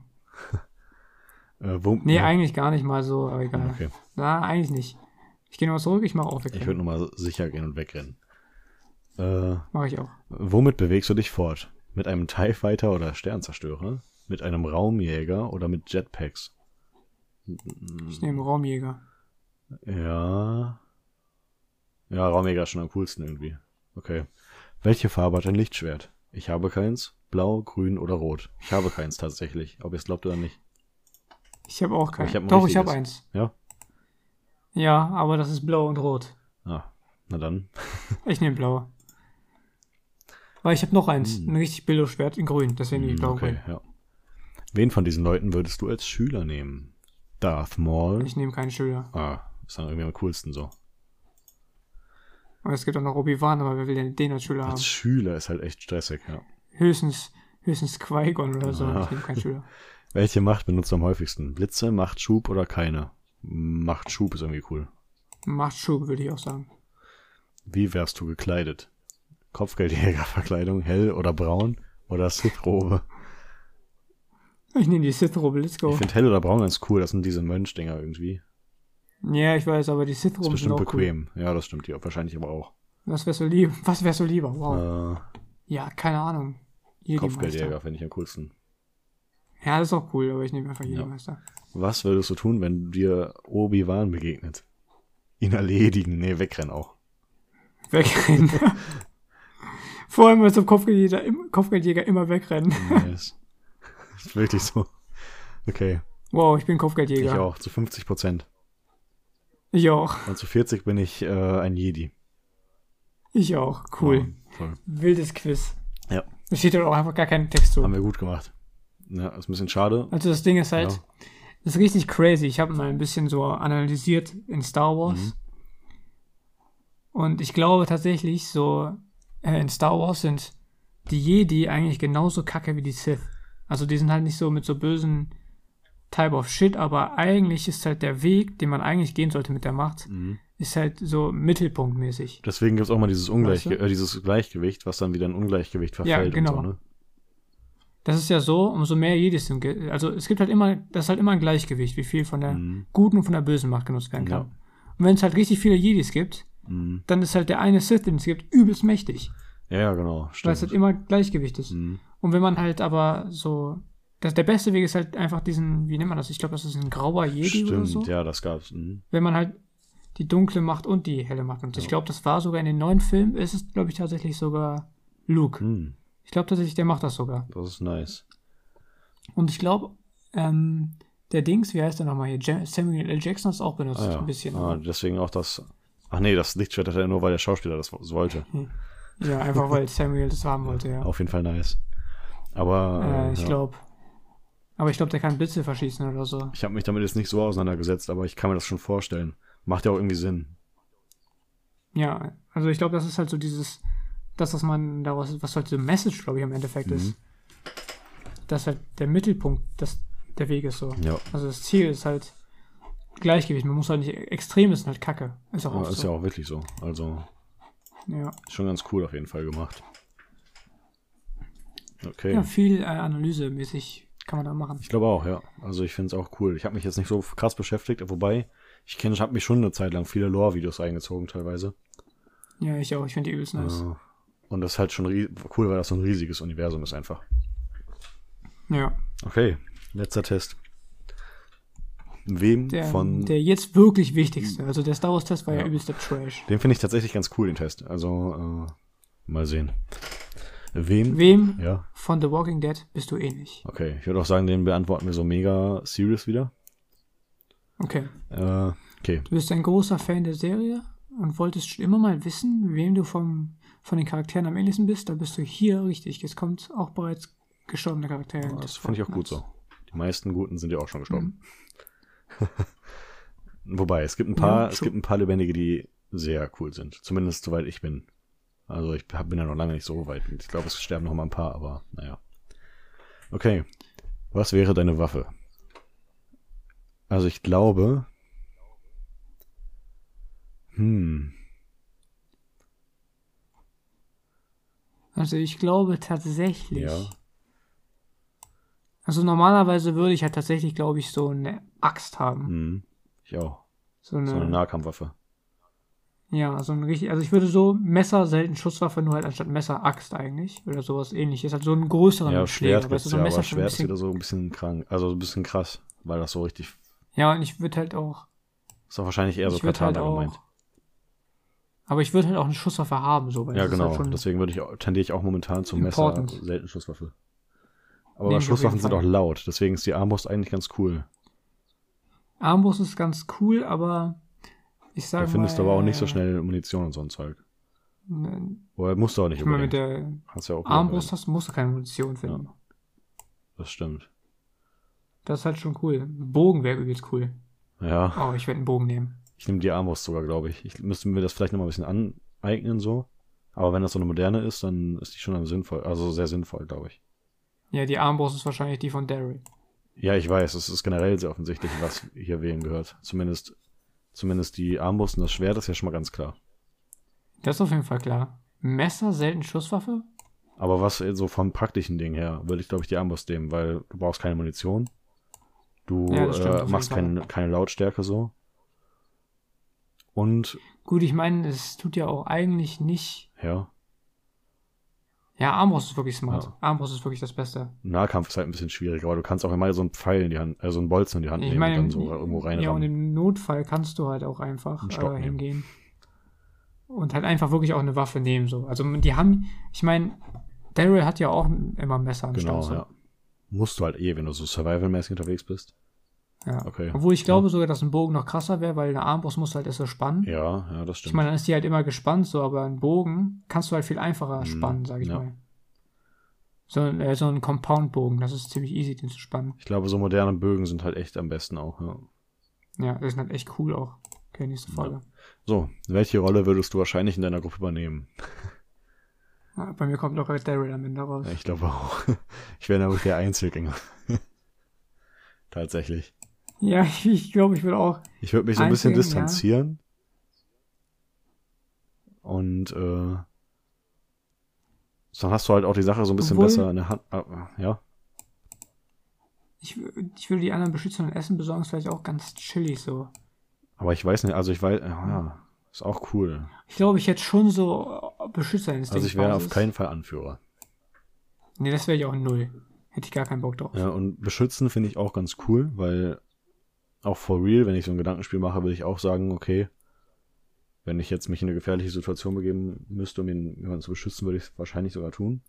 A: Äh, wo,
B: Nee,
A: ja,
B: eigentlich gar nicht mal so, aber egal.
A: Okay.
B: Na, eigentlich nicht. Ich gehe nochmal zurück, ich mache auch
A: Ich
B: weg.
A: würde nochmal sicher gehen und wegrennen. Äh,
B: Mache ich auch.
A: Womit bewegst du dich fort? Mit einem TIE Fighter oder Sternzerstörer? Mit einem Raumjäger oder mit Jetpacks?
B: Ich nehme Raumjäger.
A: Ja. Ja, Raumjäger ist schon am coolsten irgendwie. Okay. Welche Farbe hat ein Lichtschwert? Ich habe keins. Blau, grün oder rot? Ich habe keins tatsächlich, ob ihr es glaubt oder nicht.
B: Ich habe auch keinen.
A: ich hab ein
B: Doch, ich habe
A: richtiges.
B: eins.
A: Ja?
B: Ja, aber das ist blau und rot.
A: Ah, na dann.
B: Ich nehme blau. Weil ich habe noch eins, ein richtig Billo-Schwert in grün, deswegen nehme ich blau und
A: Hm. okay,
B: grün.
A: ja. Wen von diesen Leuten würdest du als Schüler nehmen? Darth Maul?
B: Ich nehme keinen Schüler.
A: Ah, ist dann irgendwie am coolsten so.
B: Und es gibt auch noch Obi-Wan, aber wer will denn den als Schüler haben?
A: Als Schüler ist halt echt stressig, ja.
B: Höchstens, höchstens Qui-Gon oder so.
A: Ah.
B: Ich nehme keinen Schüler.
A: Welche Macht benutzt du am häufigsten? Blitze, Machtschub oder keine? Machtschub ist irgendwie cool.
B: Machtschub, würde ich auch sagen.
A: Wie wärst du gekleidet? Kopfgeldjägerverkleidung, hell oder braun oder Sith-Robe?
B: Ich nehme die Sith-Robe, let's go.
A: Ich finde hell oder braun ganz cool. Das sind diese Mönchdinger irgendwie.
B: ja, ich weiß, aber die
A: Ist
B: Sith-Robe sind
A: bestimmt
B: auch cool.
A: bequem. Ja, das stimmt. Ja, wahrscheinlich aber auch.
B: Was wärst du lieber? Was wärst du lieber? Wow.
A: Äh,
B: Ja, keine Ahnung. Jedi-Meister.
A: Kopfgeldjäger finde ich am coolsten.
B: Ja, das ist auch cool, aber ich nehme einfach Jedi-Meister.
A: Was würdest du tun, wenn dir Obi-Wan begegnet? Ihn erledigen. Nee, wegrennen auch.
B: Wegrennen. Vor allem als ob Kopfgeldjäger, im- Kopfgeldjäger immer wegrennen.
A: Nice. ist wirklich so. Okay,
B: Wow, ich bin Kopfgeldjäger.
A: ich auch. Zu 50 Prozent.
B: Ich auch.
A: Und zu 40 bin ich äh, ein Jedi.
B: Ich auch. Cool.
A: Ja, voll.
B: Wildes Quiz.
A: Ja.
B: Da steht doch auch einfach gar kein Text zu.
A: Haben wir gut gemacht. Ja, ist ein bisschen schade.
B: Also das Ding ist halt,
A: Ja.
B: das ist richtig crazy. Ich habe mal ein bisschen so analysiert in Star Wars.
A: Mhm.
B: Und ich glaube tatsächlich, so äh, in Star Wars sind die Jedi eigentlich genauso kacke wie die Sith. Also die sind halt nicht so mit so bösen Type of Shit, aber eigentlich ist halt der Weg, den man eigentlich gehen sollte mit der Macht,
A: Mhm.
B: ist halt so mittelpunktmäßig.
A: Deswegen gibt es auch mal dieses, Ungleich
B: Weißt
A: äh, dieses Gleichgewicht, was dann wieder in Ungleichgewicht verfällt
B: genau.
A: und so, ne?
B: Das ist ja so, umso mehr jedes im Ge also es gibt halt immer, das ist halt immer ein Gleichgewicht, wie viel von der
A: Mhm.
B: guten und von der bösen Macht genutzt werden kann. Und wenn es halt richtig viele Jedis gibt, dann ist halt der eine Sith, den es gibt, übelst mächtig,
A: Ja, ja, genau.
B: weil es
A: Stimmt. Mhm.
B: halt immer Gleichgewicht ist. Und wenn man halt aber so, das, der beste Weg ist halt einfach diesen, wie nennt man das? Ich glaube, das ist ein grauer Jedi oder
A: Stimmt,
B: so.
A: ja, das gab's. Mhm.
B: Wenn man halt die dunkle Macht und die helle Macht nimmt. Ich glaube, das war sogar in den neuen Filmen, ist es, glaube ich, tatsächlich sogar Luke.
A: Mhm,
B: Ich glaube tatsächlich, der macht das sogar.
A: das ist nice.
B: Und ich glaube, ähm, der Dings, wie heißt der nochmal hier? Ja Samuel L. Jackson hat es auch benutzt,
A: Ah, ja.
B: ein bisschen.
A: Ah, deswegen auch das. Ach nee, das Lichtschwert hat er nur, weil der Schauspieler das so wollte.
B: Ja, einfach weil Samuel das haben wollte, ja.
A: Auf jeden Fall nice. Aber
B: äh,
A: äh,
B: ich
A: ja.
B: glaube. Aber ich glaube, der kann Blitze verschießen oder so.
A: ich habe mich damit jetzt nicht so auseinandergesetzt, aber ich kann mir das schon vorstellen. Macht ja auch irgendwie Sinn.
B: Ja, also ich glaube, das ist halt so dieses, das, was man daraus, was halt so Message, glaube ich, im Endeffekt
A: Mhm.
B: ist. Dass halt der Mittelpunkt, das, der Weg ist so.
A: Ja,
B: Also das Ziel ist halt Gleichgewicht. Man muss halt nicht extrem ist, halt Kacke. Ist auch
A: ja
B: oft
A: ist ja
B: so.
A: auch wirklich so. Also
B: Ja.
A: schon ganz cool auf jeden Fall gemacht. Okay.
B: ja, viel äh, analysemäßig kann man da machen.
A: Ich glaube auch, ja. Also ich finde es auch cool. Ich habe mich jetzt nicht so krass beschäftigt, wobei ich kenne, ich habe mich schon eine Zeit lang viele Lore-Videos eingezogen teilweise.
B: Ja, ich auch. Ich finde die übelst nice.
A: Ja. Und das ist halt schon rie- cool, weil das so ein riesiges Universum ist einfach.
B: Ja,
A: Okay, letzter Test. Wem
B: der,
A: von...
B: der jetzt wirklich wichtigste. Also der Star Wars Test war ja, übelst der Trash.
A: den finde ich tatsächlich ganz cool, den Test. Also, äh, mal sehen. Wem...
B: Wem
A: Ja,
B: von The Walking Dead bist du eh ähnlich?
A: okay. Ich würde auch sagen, den beantworten wir so mega serious wieder.
B: Okay.
A: Äh, okay.
B: Du bist ein großer Fan der Serie und wolltest schon immer mal wissen, wem du vom, von den Charakteren am ähnlichsten bist. Da bist du hier richtig. Jetzt kommt auch bereits gestorbene Charaktere. in
A: Das
B: das
A: fand ich auch gut so. Mhm. Die meisten Guten sind ja auch schon gestorben. Wobei, es gibt ein paar,
B: Ja,
A: es
B: true.
A: gibt ein paar Lebendige, die sehr cool sind. Zumindest soweit ich bin. Also ich hab- bin ja noch lange nicht so weit. Ich glaube, es sterben noch mal ein paar, aber naja. Okay. Was wäre deine Waffe? Also ich glaube. Hm.
B: Also ich glaube tatsächlich.
A: Ja.
B: Also normalerweise würde ich ja tatsächlich, glaube ich, so eine Axt haben.
A: hm. Ich auch.
B: So eine,
A: So eine Nahkampfwaffe.
B: Ja, so ein richtig, also ich würde so Messer, selten Schusswaffe, nur halt anstatt Messer Axt eigentlich oder sowas ähnliches. Halt so einen größeren
A: Ja,
B: Schläger,
A: Schwert
B: weißt
A: gibt's
B: du, so
A: ja,
B: ein
A: aber
B: Messer schon ein
A: Schwert ist
B: bisschen.
A: wieder so ein bisschen krank. Also so ein bisschen krass, weil das so richtig
B: Ja, und ich würde halt auch,
A: Ist doch wahrscheinlich eher so
B: ich würde halt
A: Katana
B: auch,
A: gemeint.
B: aber ich würde halt auch eine Schusswaffe haben, so, weil
A: Ja,
B: das ist
A: genau.
B: Halt schon,
A: Deswegen würde ich, auch- tendiere ich auch momentan zum
B: Important.
A: Messer, also selten Schusswaffe.
B: Nehm
A: Aber
B: ich auf
A: Schusswaffen
B: jeden
A: sind
B: Fall.
A: auch laut, deswegen ist die Armbrust eigentlich ganz cool.
B: Armbrust ist ganz cool, aber Ich
A: Da
B: sag
A: findest du
B: mal,
A: aber auch nicht so
B: äh,
A: schnell Munition und so ein Zeug.
B: ne,
A: Oder musst du auch nicht
B: Ich meine, mit
A: unbedingt.
B: der
A: Kannst ja auch
B: Armbrust hast, musst du keine Munition finden.
A: mitnehmen. Das stimmt.
B: Das ist halt schon cool. Bogen wäre übelst cool.
A: Ja,
B: Oh, ich werde einen Bogen nehmen.
A: ich nehme die Armbrust sogar, glaube ich. Ich müsste mir das vielleicht nochmal ein bisschen aneignen, so. Aber wenn das so eine moderne ist, dann ist die schon am sinnvoll, also sehr sinnvoll, glaube ich.
B: Ja, die Armbrust ist wahrscheinlich die von Daryl.
A: Ja, ich weiß, es ist generell sehr offensichtlich, was hier wem gehört. Zumindest, zumindest die Armbrust und das Schwert ist ja schon mal ganz klar.
B: Das ist auf jeden Fall klar. Messer, selten Schusswaffe?
A: Aber was äh, so vom praktischen Ding her, würde ich glaube ich die Armbrust nehmen, weil du brauchst keine Munition. Du
B: Ja, das stimmt, auf
A: äh,
B: jeden
A: machst
B: Fall.
A: keine, keine Lautstärke so. Und,
B: Gut, ich meine, es tut ja auch eigentlich nicht.
A: ja,
B: Ja, Armbrust ist wirklich smart.
A: Ja.
B: Armbrust ist wirklich das Beste.
A: Nahkampf ist halt ein bisschen schwierig, aber du kannst auch immer so einen Pfeil in die Hand, also einen Bolzen in die Hand
B: Ich
A: nehmen
B: meine,
A: und dann so irgendwo rein.
B: ja, und im Notfall kannst du halt auch einfach
A: Einen Stock
B: äh,
A: nehmen.
B: hingehen. Und halt einfach wirklich auch eine Waffe nehmen. So. Also die haben, ich meine, Daryl hat ja auch immer ein Messer am
A: genau,
B: Start.
A: ja. Musst du halt eh, wenn du so survivalmäßig unterwegs bist.
B: So. Ja.
A: Okay.
B: Obwohl ich glaube sogar, dass ein Bogen noch krasser wäre, weil eine Armbrust muss halt erst so spannen.
A: Ja, ja, das
B: Ich
A: stimmt.
B: meine, dann ist die halt immer gespannt, so, aber einen Bogen kannst du halt viel einfacher
A: Mhm,
B: spannen, sag ich
A: ja.
B: mal. So, ein- äh, so ein Compound-Bogen, das ist ziemlich easy, den zu spannen.
A: ich glaube, so moderne Bögen sind halt echt am besten auch. Ja.
B: Ja, das ist halt echt cool auch. Okay, nächste Frage.
A: So, welche Rolle würdest du wahrscheinlich in deiner Gruppe übernehmen?
B: Ah, Bei mir kommt locker Daryl am Ende raus.
A: Ja, Ich glaube auch. Ich wäre nämlich der Einzelgänger. Tatsächlich.
B: Ja, ich, ich glaube, ich würde auch.
A: Ich würde mich so ein bisschen
B: Einzelgänger.
A: distanzieren. Und äh, dann hast du halt auch die Sache so ein bisschen
B: Obwohl-
A: besser in der Hand. Ah, ja,
B: Ich, wü- ich würde die anderen beschützen und Essen besorgen, ist vielleicht auch ganz chillig so.
A: aber ich weiß nicht, also ich weiß,
B: Hm.
A: ja, ist auch cool.
B: Ich glaube, ich hätte schon so äh, Beschützerinstinkt.
A: Also ich wäre auf
B: Basis.
A: keinen Fall Anführer.
B: Nee, das wäre ich auch null. Hätte ich gar keinen Bock drauf.
A: Ja, und beschützen finde ich auch ganz cool, weil auch for real, wenn ich so ein Gedankenspiel mache, würde ich auch sagen, okay, wenn ich jetzt mich in eine gefährliche Situation begeben müsste, um ihn, jemanden zu beschützen, würde ich es wahrscheinlich sogar tun.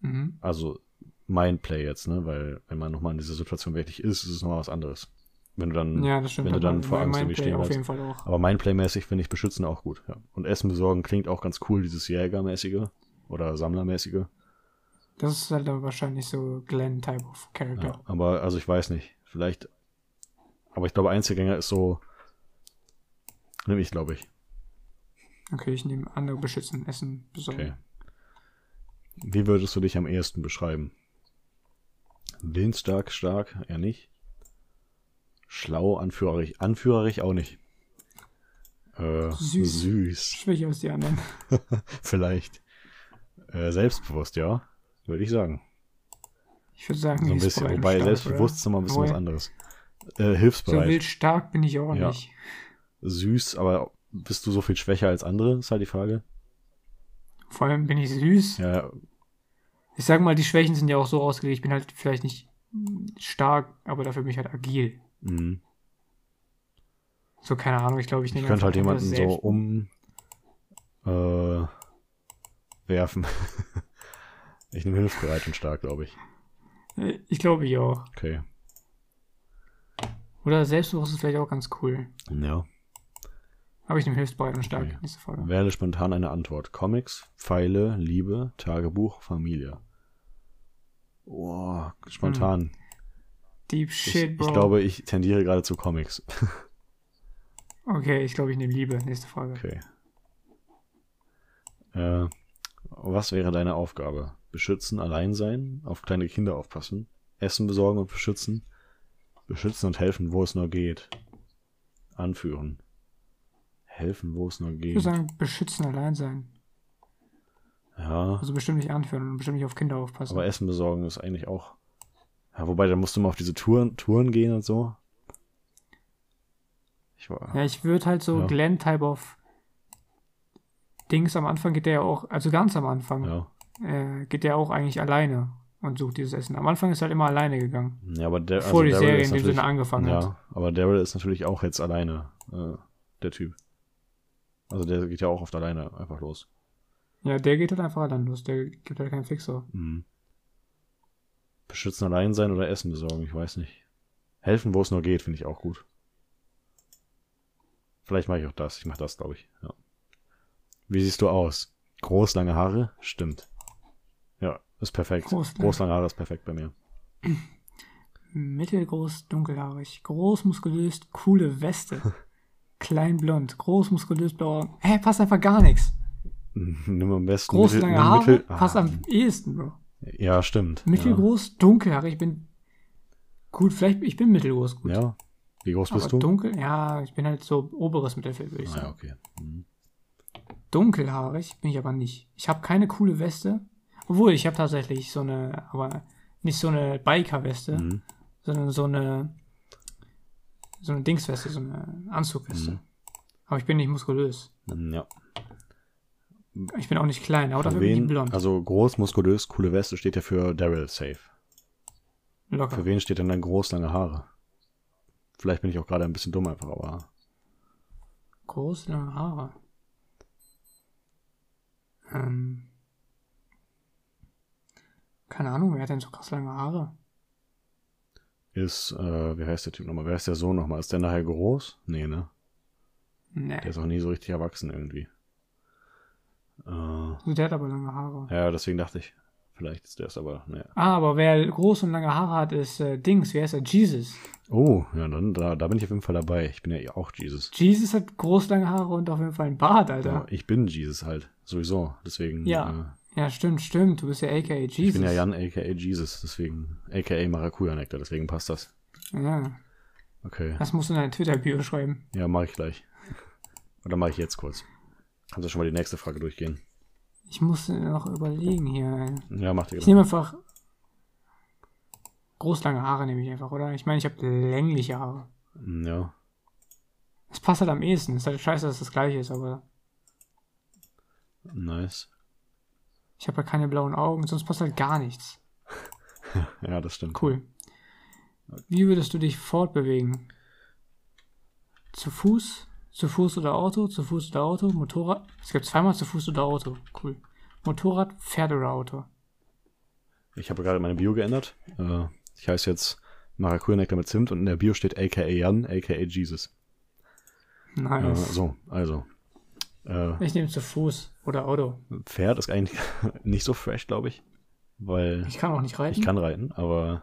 B: Mhm.
A: Also mein Play jetzt, ne? Weil wenn man nochmal in dieser Situation wirklich ist, ist es nochmal was anderes. Wenn du dann.
B: Ja, das stimmt.
A: Wenn du
B: da
A: dann
B: war-
A: vor
B: mein
A: Angst irgendwie
B: Mindplay
A: stehen
B: Auf
A: bleibst.
B: jeden Fall auch.
A: Aber mein Playmäßig finde ich Beschützen auch gut, ja. Und Essen besorgen klingt auch ganz cool, dieses Jägermäßige oder Sammlermäßige.
B: Das ist halt dann wahrscheinlich so Glenn-Type of Character.
A: Ja, aber also ich weiß nicht. Vielleicht. Aber ich glaube, Einzelgänger ist so. Nimm ich, glaube ich.
B: Okay, ich nehme andere beschützen, essen, besorgen.
A: Okay. Wie würdest du dich am ehesten beschreiben? Willensstark, stark, eher nicht. Schlau, anführerisch, anführerisch auch nicht. Äh,
B: Süß.
A: süß. süß,
B: Schwächer als die anderen.
A: vielleicht. Äh, selbstbewusst, ja, würde ich sagen.
B: Ich würde
A: So
B: sagen,
A: ein
B: die ist
A: bisschen.
B: vor allem
A: Wobei
B: stark,
A: selbstbewusst ist immer ein bisschen was
B: Obwohl-
A: anderes. Äh,
B: oder? So
A: hilfsbereit.
B: wild stark bin ich auch
A: Ja.
B: nicht.
A: süß, aber bist du so viel schwächer als andere, ist halt die Frage.
B: Vor allem bin ich süß.
A: Ja,
B: Ich sag mal, die Schwächen sind ja auch so ausgelegt. Ich bin halt vielleicht nicht mm, stark, aber dafür bin ich halt agil.
A: mh.
B: So, keine Ahnung, ich glaube, ich
A: mhm. Ich
B: nehme
A: könnte halt
B: einfach
A: jemanden
B: das
A: so um äh, werfen. ich nehme hilfsbereit und stark, glaube ich. um-
B: Selbst- Äh, Ich glaube, ich auch.
A: Okay.
B: Oder selbstbewusst ist vielleicht auch ganz cool.
A: Ja.
B: Aber ich nehme hilfsbereit und stark.
A: Okay.
B: Nächste Frage.
A: Wähle spontan eine Antwort. Comics, Pfeile, Liebe, Tagebuch, Familie. Oh, spontan.
B: Deep
A: Ich,
B: Hm. shit,
A: ich
B: bro.
A: glaube, ich tendiere gerade zu Comics.
B: okay, ich glaube, ich nehme Liebe. Nächste Frage.
A: Okay. Äh, was wäre deine Aufgabe? Beschützen, allein sein, auf kleine Kinder aufpassen, Essen besorgen und beschützen, beschützen und helfen, wo es nur geht. Anführen. Helfen, wo es nur
B: Ich würde
A: geht.
B: sagen, beschützen allein sein.
A: Ja,
B: Also bestimmt nicht anführen und bestimmt nicht auf Kinder aufpassen.
A: aber Essen besorgen ist eigentlich auch. Ja, wobei, da musst du mal auf diese Touren, Touren gehen und so. Ich war.
B: ja, ich würde halt so
A: Ja.
B: Glenn-Type of Dings am Anfang geht der ja auch, also ganz am Anfang,
A: Ja.
B: äh, geht der auch eigentlich alleine und sucht dieses Essen. Am Anfang ist er halt immer alleine gegangen.
A: ja, aber der. also
B: Bevor die
A: Daryl
B: Serie
A: ist
B: in dem
A: natürlich-
B: Sinne angefangen hat.
A: Ja, aber Daryl ist natürlich auch jetzt alleine, äh, der Typ. Also der geht ja auch oft alleine einfach los.
B: Ja, der geht halt einfach allein los. Der gibt halt keinen Fixer.
A: Mhm. Beschützen allein sein oder Essen besorgen, ich weiß nicht. Helfen, wo es nur geht, finde ich auch gut. Vielleicht mache ich auch das. Ich mache das, glaube ich. Ja. Wie siehst du aus? Groß, lange Haare? Stimmt. Ja, ist perfekt.
B: Groß,
A: Groß,
B: lang.
A: lange Haare ist perfekt bei mir.
B: Mittelgroß, dunkelhaarig, groß, muskulös, coole Weste. Klein blond, groß, muskulös, blaue Augen. Hä, passt einfach gar nichts.
A: Nimm am besten
B: Groß, lange
A: nimm
B: Haare,
A: Mittel-
B: passt
A: Ah,
B: am ehesten, Bro.
A: Ja, stimmt.
B: Mittelgroß, dunkelhaarig, ich bin gut, vielleicht, ich bin mittelgroß, gut.
A: Ja. ja. Wie groß
B: aber
A: bist du?
B: dunkel, ja, ich bin halt so oberes Mittelfeld, würde ich
A: Ah, ja,
B: sagen.
A: okay. Mhm.
B: Dunkelhaarig bin ich aber nicht. Ich habe keine coole Weste. Obwohl, ich habe tatsächlich so eine, aber nicht so eine Biker-Weste,
A: Mhm.
B: sondern so eine so eine Dingsweste, so eine Anzugweste.
A: Mhm.
B: Aber ich bin nicht muskulös.
A: Mhm, Ja.
B: Ich bin auch nicht klein, aber
A: Für
B: dafür bin ich
A: wen,
B: blond.
A: also groß, muskulös, coole Weste steht ja für Daryl safe.
B: Locker.
A: Für wen steht denn dann groß, lange Haare? Vielleicht bin ich auch gerade ein bisschen dumm einfach, aber
B: Groß, lange Haare. Ähm. Keine Ahnung, wer hat denn so krass lange Haare?
A: ist, äh, wie heißt der Typ nochmal? Wer ist der Sohn nochmal? Ist der nachher groß? Nee, ne?
B: Nee.
A: Der ist auch nie so richtig erwachsen irgendwie. Äh,
B: Also der hat aber lange Haare.
A: ja, deswegen dachte ich, vielleicht ist der es aber, ne.
B: Ah, aber wer groß und lange Haare hat, ist äh, Dings. Wer ist er? Jesus.
A: Oh, ja, dann, da, da bin ich auf jeden Fall dabei. Ich bin ja eh auch Jesus.
B: Jesus hat groß lange Haare und auf jeden Fall einen Bart,
A: Ja,
B: Alter.
A: ich bin Jesus halt, sowieso. Deswegen, äh,
B: Ja.
A: ja.
B: Ja, stimmt, stimmt. Du bist ja aka Jesus.
A: äh, ich bin ja Jan, aka Jesus, deswegen, aka Maracuja-Nektar, deswegen passt das.
B: Ja,
A: Okay.
B: das musst du in deine Twitter-Bio schreiben.
A: Ja, mache ich gleich. Oder mache ich jetzt kurz. Kannst du schon mal die nächste Frage durchgehen?
B: Ich muss noch überlegen hier. ey.
A: Ja, mach genau. dir
B: Ich
A: Gedanken.
B: nehme einfach. Groß lange Haare nehme ich einfach, oder? Ich meine, ich habe längliche Haare.
A: Mm, Ja.
B: Das passt halt am ehesten. Ist halt scheiße, dass das gleiche ist, aber
A: Nice.
B: ich habe ja keine blauen Augen, sonst passt halt gar nichts.
A: Ja, das stimmt.
B: Cool. Wie würdest du dich fortbewegen? Zu Fuß? Zu Fuß oder Auto? Zu Fuß oder Auto? Motorrad? Es gibt zweimal zu Fuß oder Auto. Cool. Motorrad, Pferd oder Auto?
A: Ich habe gerade meine Bio geändert. Äh, ich heiße jetzt Maracuja-Nektar mit Zimt und in der Bio steht aka Jan, aka Jesus. Äh,
B: Nice.
A: so, also. Äh,
B: Ich nehme zu Fuß oder Auto.
A: Pferd ist eigentlich nicht so fresh, glaube ich. Weil
B: Ich kann auch nicht reiten.
A: ich kann reiten, aber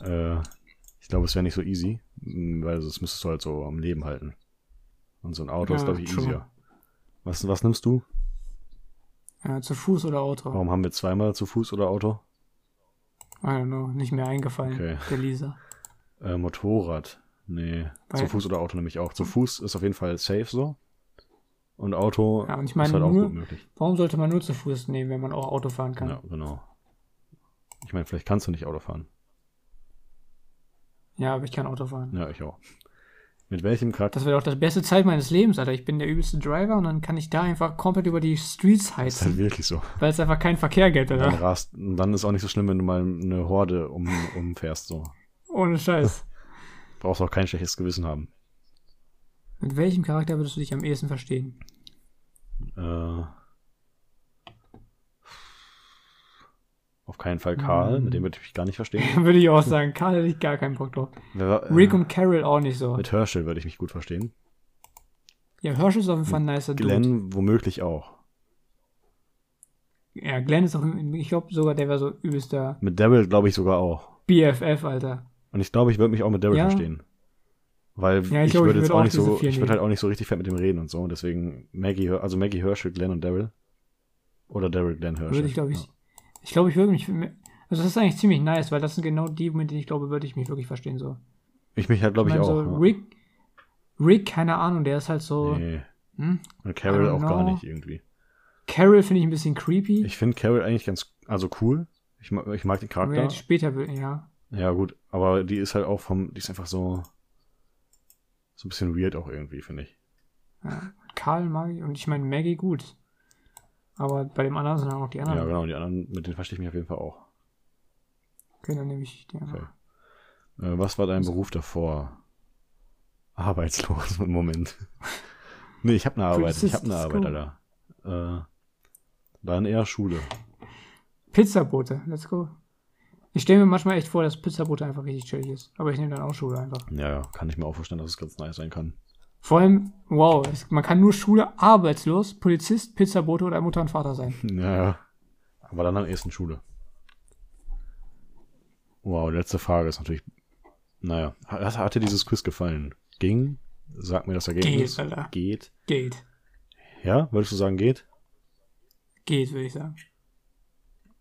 A: äh, ich glaube, es wäre nicht so easy. mm, Weil das müsstest du halt so am Leben halten. Und so ein Auto ist,
B: Ja,
A: glaube ich,
B: true.
A: easier. Was, was nimmst du?
B: Ja, zu Fuß oder Auto.
A: Warum haben wir zweimal zu Fuß oder Auto?
B: I don't know, nicht mehr eingefallen,
A: Okay.
B: der Lisa.
A: Äh, Motorrad. Nee.
B: Weil-
A: zu Fuß oder Auto nämlich auch. Zu Fuß ist auf jeden Fall safe so. Und Auto
B: Ja, und ich meine
A: ist halt auch
B: nur-
A: gut möglich.
B: Warum sollte man nur zu Fuß nehmen, wenn man auch Auto fahren kann?
A: Ja, genau. Ich meine, vielleicht kannst du nicht Auto fahren.
B: Ja, aber ich kann Auto fahren.
A: Ja, ich auch. Mit welchem Charakter
B: Das wäre doch das beste Zeit meines Lebens, Alter. Ich bin der übelste Driver und dann kann ich da einfach komplett über die Streets
A: ist halt genau.
B: heizen,
A: wirklich so?
B: weil es einfach keinen Verkehr gibt,
A: Dann,
B: Alter.
A: rast, und dann ist auch nicht so schlimm, wenn du mal eine Horde um, umfährst. So.
B: Ohne Scheiß.
A: Brauchst auch kein schlechtes Gewissen haben.
B: Mit welchem Charakter würdest du dich am ehesten verstehen?
A: Äh, auf keinen Fall
B: Mhm.
A: Karl, mit dem würde ich mich gar nicht verstehen.
B: Würde ich auch sagen. Karl hätte ich gar keinen Bock drauf.
A: Wer war-
B: Rick und Carol auch nicht so.
A: Äh, Mit Herschel würde ich mich gut verstehen.
B: Ja, Hirsch ist auf jeden Fall ein nicer Dude.
A: Glenn womöglich auch.
B: Ja, Glenn ist auch, ich glaube sogar, der wäre so übelster
A: Mit Daryl glaube ich sogar auch.
B: BFF, Alter.
A: Und ich glaube, ich würde mich auch mit Daryl
B: Ja.
A: verstehen. Weil
B: Ja, ich
A: ich, würde
B: glaube, ich
A: jetzt
B: würde
A: auch
B: auch
A: nicht
B: diese
A: so,
B: vier
A: ich
B: nehmen.
A: würde halt auch nicht so richtig fett mit dem reden und so. Und deswegen Maggie, Her- also Maggie Herschel, Glenn und Daryl. Oder Daryl, Glenn, Herschel.
B: Würde ich, glaube ich.
A: Ja.
B: Ich glaube, ich würde mich. Also, das ist eigentlich ziemlich nice, weil das sind genau die, mit denen ich glaube, würde ich mich wirklich verstehen. So.
A: Ich mich halt, glaube ich,
B: meine,
A: auch.
B: so
A: ja.
B: Rick, Rick, keine Ahnung, der ist halt so.
A: nee.
B: Hm?
A: Und Carol
B: I don't
A: auch gar
B: know.
A: nicht irgendwie.
B: Carol finde ich ein bisschen creepy.
A: Ich finde Carol eigentlich ganz, also cool. Ich, ma- ich mag den
B: Aber
A: Charakter.
B: jetzt später will, ja.
A: Ja, gut, aber die ist halt auch vom, die ist einfach so, so ein bisschen weird auch irgendwie, finde ich.
B: ja. Karl mag ich und ich meine Maggie gut. Aber bei dem anderen sind dann auch die anderen.
A: Ja, genau, die anderen, mit denen verstehe ich mich auf jeden Fall auch.
B: Okay, dann nehme ich die anderen.
A: Okay. Äh, was war dein Beruf davor? Arbeitslos, Moment. nee, ich habe eine Arbeit, ich habe eine Arbeit,
B: Polizist,
A: Alter. Äh, dann eher Schule.
B: Pizzabote, let's go. Ich stelle mir manchmal echt vor, dass Pizzabote einfach richtig chillig ist. Aber ich nehme dann auch Schule einfach.
A: Ja, ja, kann ich mir auch vorstellen, dass es ganz nice sein kann.
B: Vor allem, wow, es, man kann nur Schule, arbeitslos, Polizist, Pizzabote oder Mutter und Vater sein.
A: Naja. Aber dann am ehesten Schule. Wow, letzte Frage ist natürlich. Naja, hat, hat dir dieses Quiz gefallen? Ging? Sag mir das Ergebnis.
B: Geht, Alter.
A: Geht.
B: Geht.
A: Ja, würdest du sagen, geht?
B: Geht, würde ich sagen.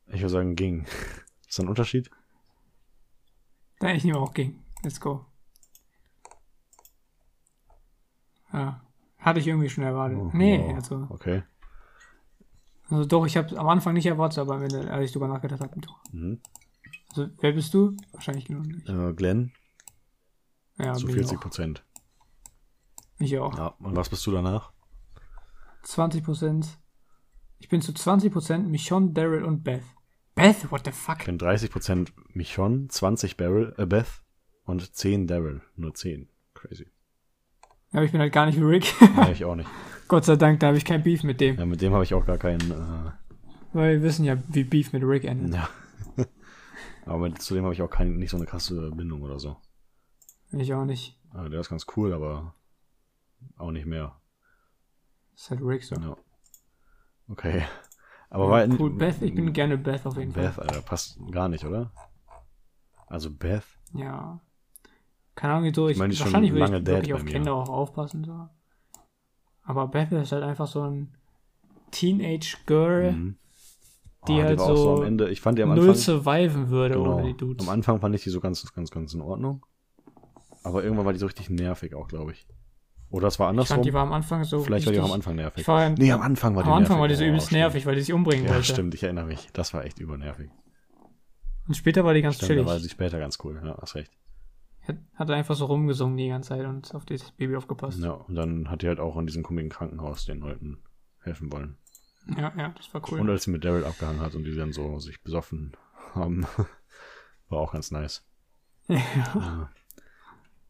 A: Ich würde sagen, ging. Ist da ein Unterschied?
B: Da ich nehme auch ging. Let's go. Ja. Hatte ich irgendwie schon erwartet.
A: Oh,
B: nee,
A: wow.
B: also,
A: Okay.
B: also doch, ich habe am Anfang nicht erwartet, aber am Ende, als ich drüber nachgedacht habe, doch.
A: Mhm.
B: Also, wer bist du? Wahrscheinlich genau nicht.
A: Äh, Glenn,
B: Ja,
A: zu
B: bin
A: 40
B: ich auch.
A: Prozent.
B: Ich auch.
A: Ja, und was bist du danach?
B: 20 Prozent. Ich bin zu 20 Prozent Michonne, Daryl und Beth. Beth, what the fuck?
A: Ich bin 30 Prozent Michon, 20 Beryl, äh Beth und 10 Daryl. Nur 10. Crazy.
B: Aber ich bin halt gar nicht wie Rick.
A: Ja, ich auch nicht.
B: Gott sei Dank, da habe ich kein Beef mit dem.
A: Ja, mit dem habe ich auch gar keinen. Äh,
B: Weil wir wissen ja, wie Beef mit Rick endet.
A: ja. Aber mit, zu dem habe ich auch kein, nicht so eine krasse Bindung oder so.
B: Ich auch nicht.
A: Äh, der ist ganz cool, aber auch nicht mehr.
B: Ist halt Rick so.
A: Ja. Okay. Aber war
B: cool, Beth, ich bin gerne Beth auf jeden Fall.
A: Beth, Alter, passt gar nicht, oder? Also Beth.
B: Ja. Keine Ahnung, wieso. Ich,
A: meine, die ist schon
B: wahrscheinlich würde
A: lange
B: ich
A: dead
B: wirklich
A: bei
B: auf
A: mir.
B: Kinder auch aufpassen. So. Aber Beth ist halt einfach so ein Teenage-Girl,
A: Mhm.
B: Die halt
A: auch
B: so
A: am Ende. Ich fand die am
B: null
A: Anfang.
B: surviven würde
A: Genau.
B: ohne die Dudes.
A: Am Anfang fand ich die so ganz, ganz, ganz in Ordnung. Aber irgendwann war die so richtig nervig auch, glaube ich. Oder es war
B: ich fand, die
A: andersrum.
B: war am Anfang so
A: Vielleicht war die
B: richtig,
A: auch am Anfang nervig.
B: Ich war,
A: Nee, am Anfang war die
B: am Anfang
A: nervig.
B: war die so
A: Oh,
B: übelst
A: stimmt.
B: nervig, weil die sich umbringen
A: Ja,
B: wollte.
A: stimmt, ich erinnere mich. Das war echt übernervig.
B: Und später war die ganz
A: Stimmt, da war
B: chillig.
A: sie später ganz cool. Ja, hast recht.
B: Hat, hat einfach so rumgesungen die ganze Zeit und auf das Baby aufgepasst.
A: Ja, und dann hat die halt auch in diesem komischen Krankenhaus den Leuten helfen wollen.
B: Ja, ja, das war cool.
A: Und als sie mit Daryl abgehangen hat und die dann so sich besoffen haben, war auch ganz nice.
B: ja.
A: Ja,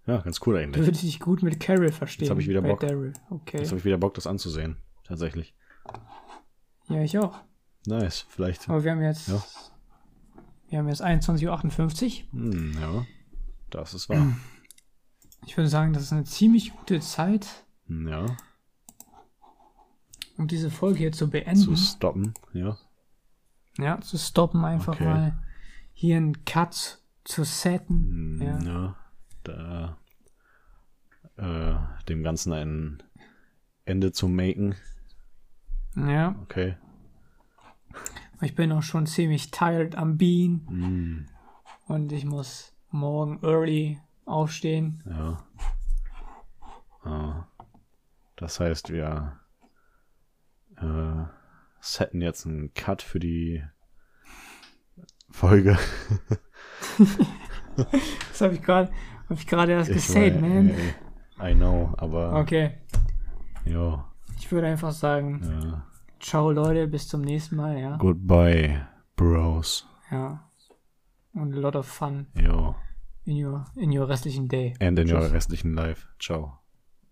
A: ja ganz cool
B: Du
A: eigentlich.
B: würdest dich gut mit Carol verstehen.
A: Jetzt hab ich wieder
B: bei
A: Bock.
B: Daryl. Okay.
A: Jetzt habe ich wieder Bock, das anzusehen. Tatsächlich.
B: ja, ich auch.
A: Nice. Vielleicht.
B: Aber wir haben jetzt.
A: Ja.
B: Wir haben jetzt 21.58 Uhr.
A: Hm, ja. Das ist wahr.
B: Ich würde sagen, das ist eine ziemlich gute Zeit,
A: Hm, Ja.
B: um diese Folge hier zu
A: Zu
B: beenden.
A: stoppen. Ja.
B: ja, zu stoppen einfach
A: Okay.
B: mal. Hier einen Cut zu setten.
A: Hm,
B: Ja.
A: ja. Da, äh, dem Ganzen ein Ende zu maken.
B: ja.
A: Okay.
B: Ich bin auch schon ziemlich tired am Bean
A: Hm,
B: und ich muss morgen early aufstehen.
A: ja. Ah. Das heißt, wir äh, setten jetzt einen Cut für die Folge.
B: Das habe ich gerade hab ich gerade erst
A: Ich
B: gesagt,
A: mein,
B: man.
A: ey, I know, aber
B: Okay.
A: jo,
B: Ich würde einfach sagen,
A: äh,
B: ciao Leute, bis zum nächsten Mal, ja.
A: goodbye, Bros.
B: Ja. Und a lot of fun
A: Jo,
B: in your in your restlichen day.
A: and in your restlichen Life. Ciao.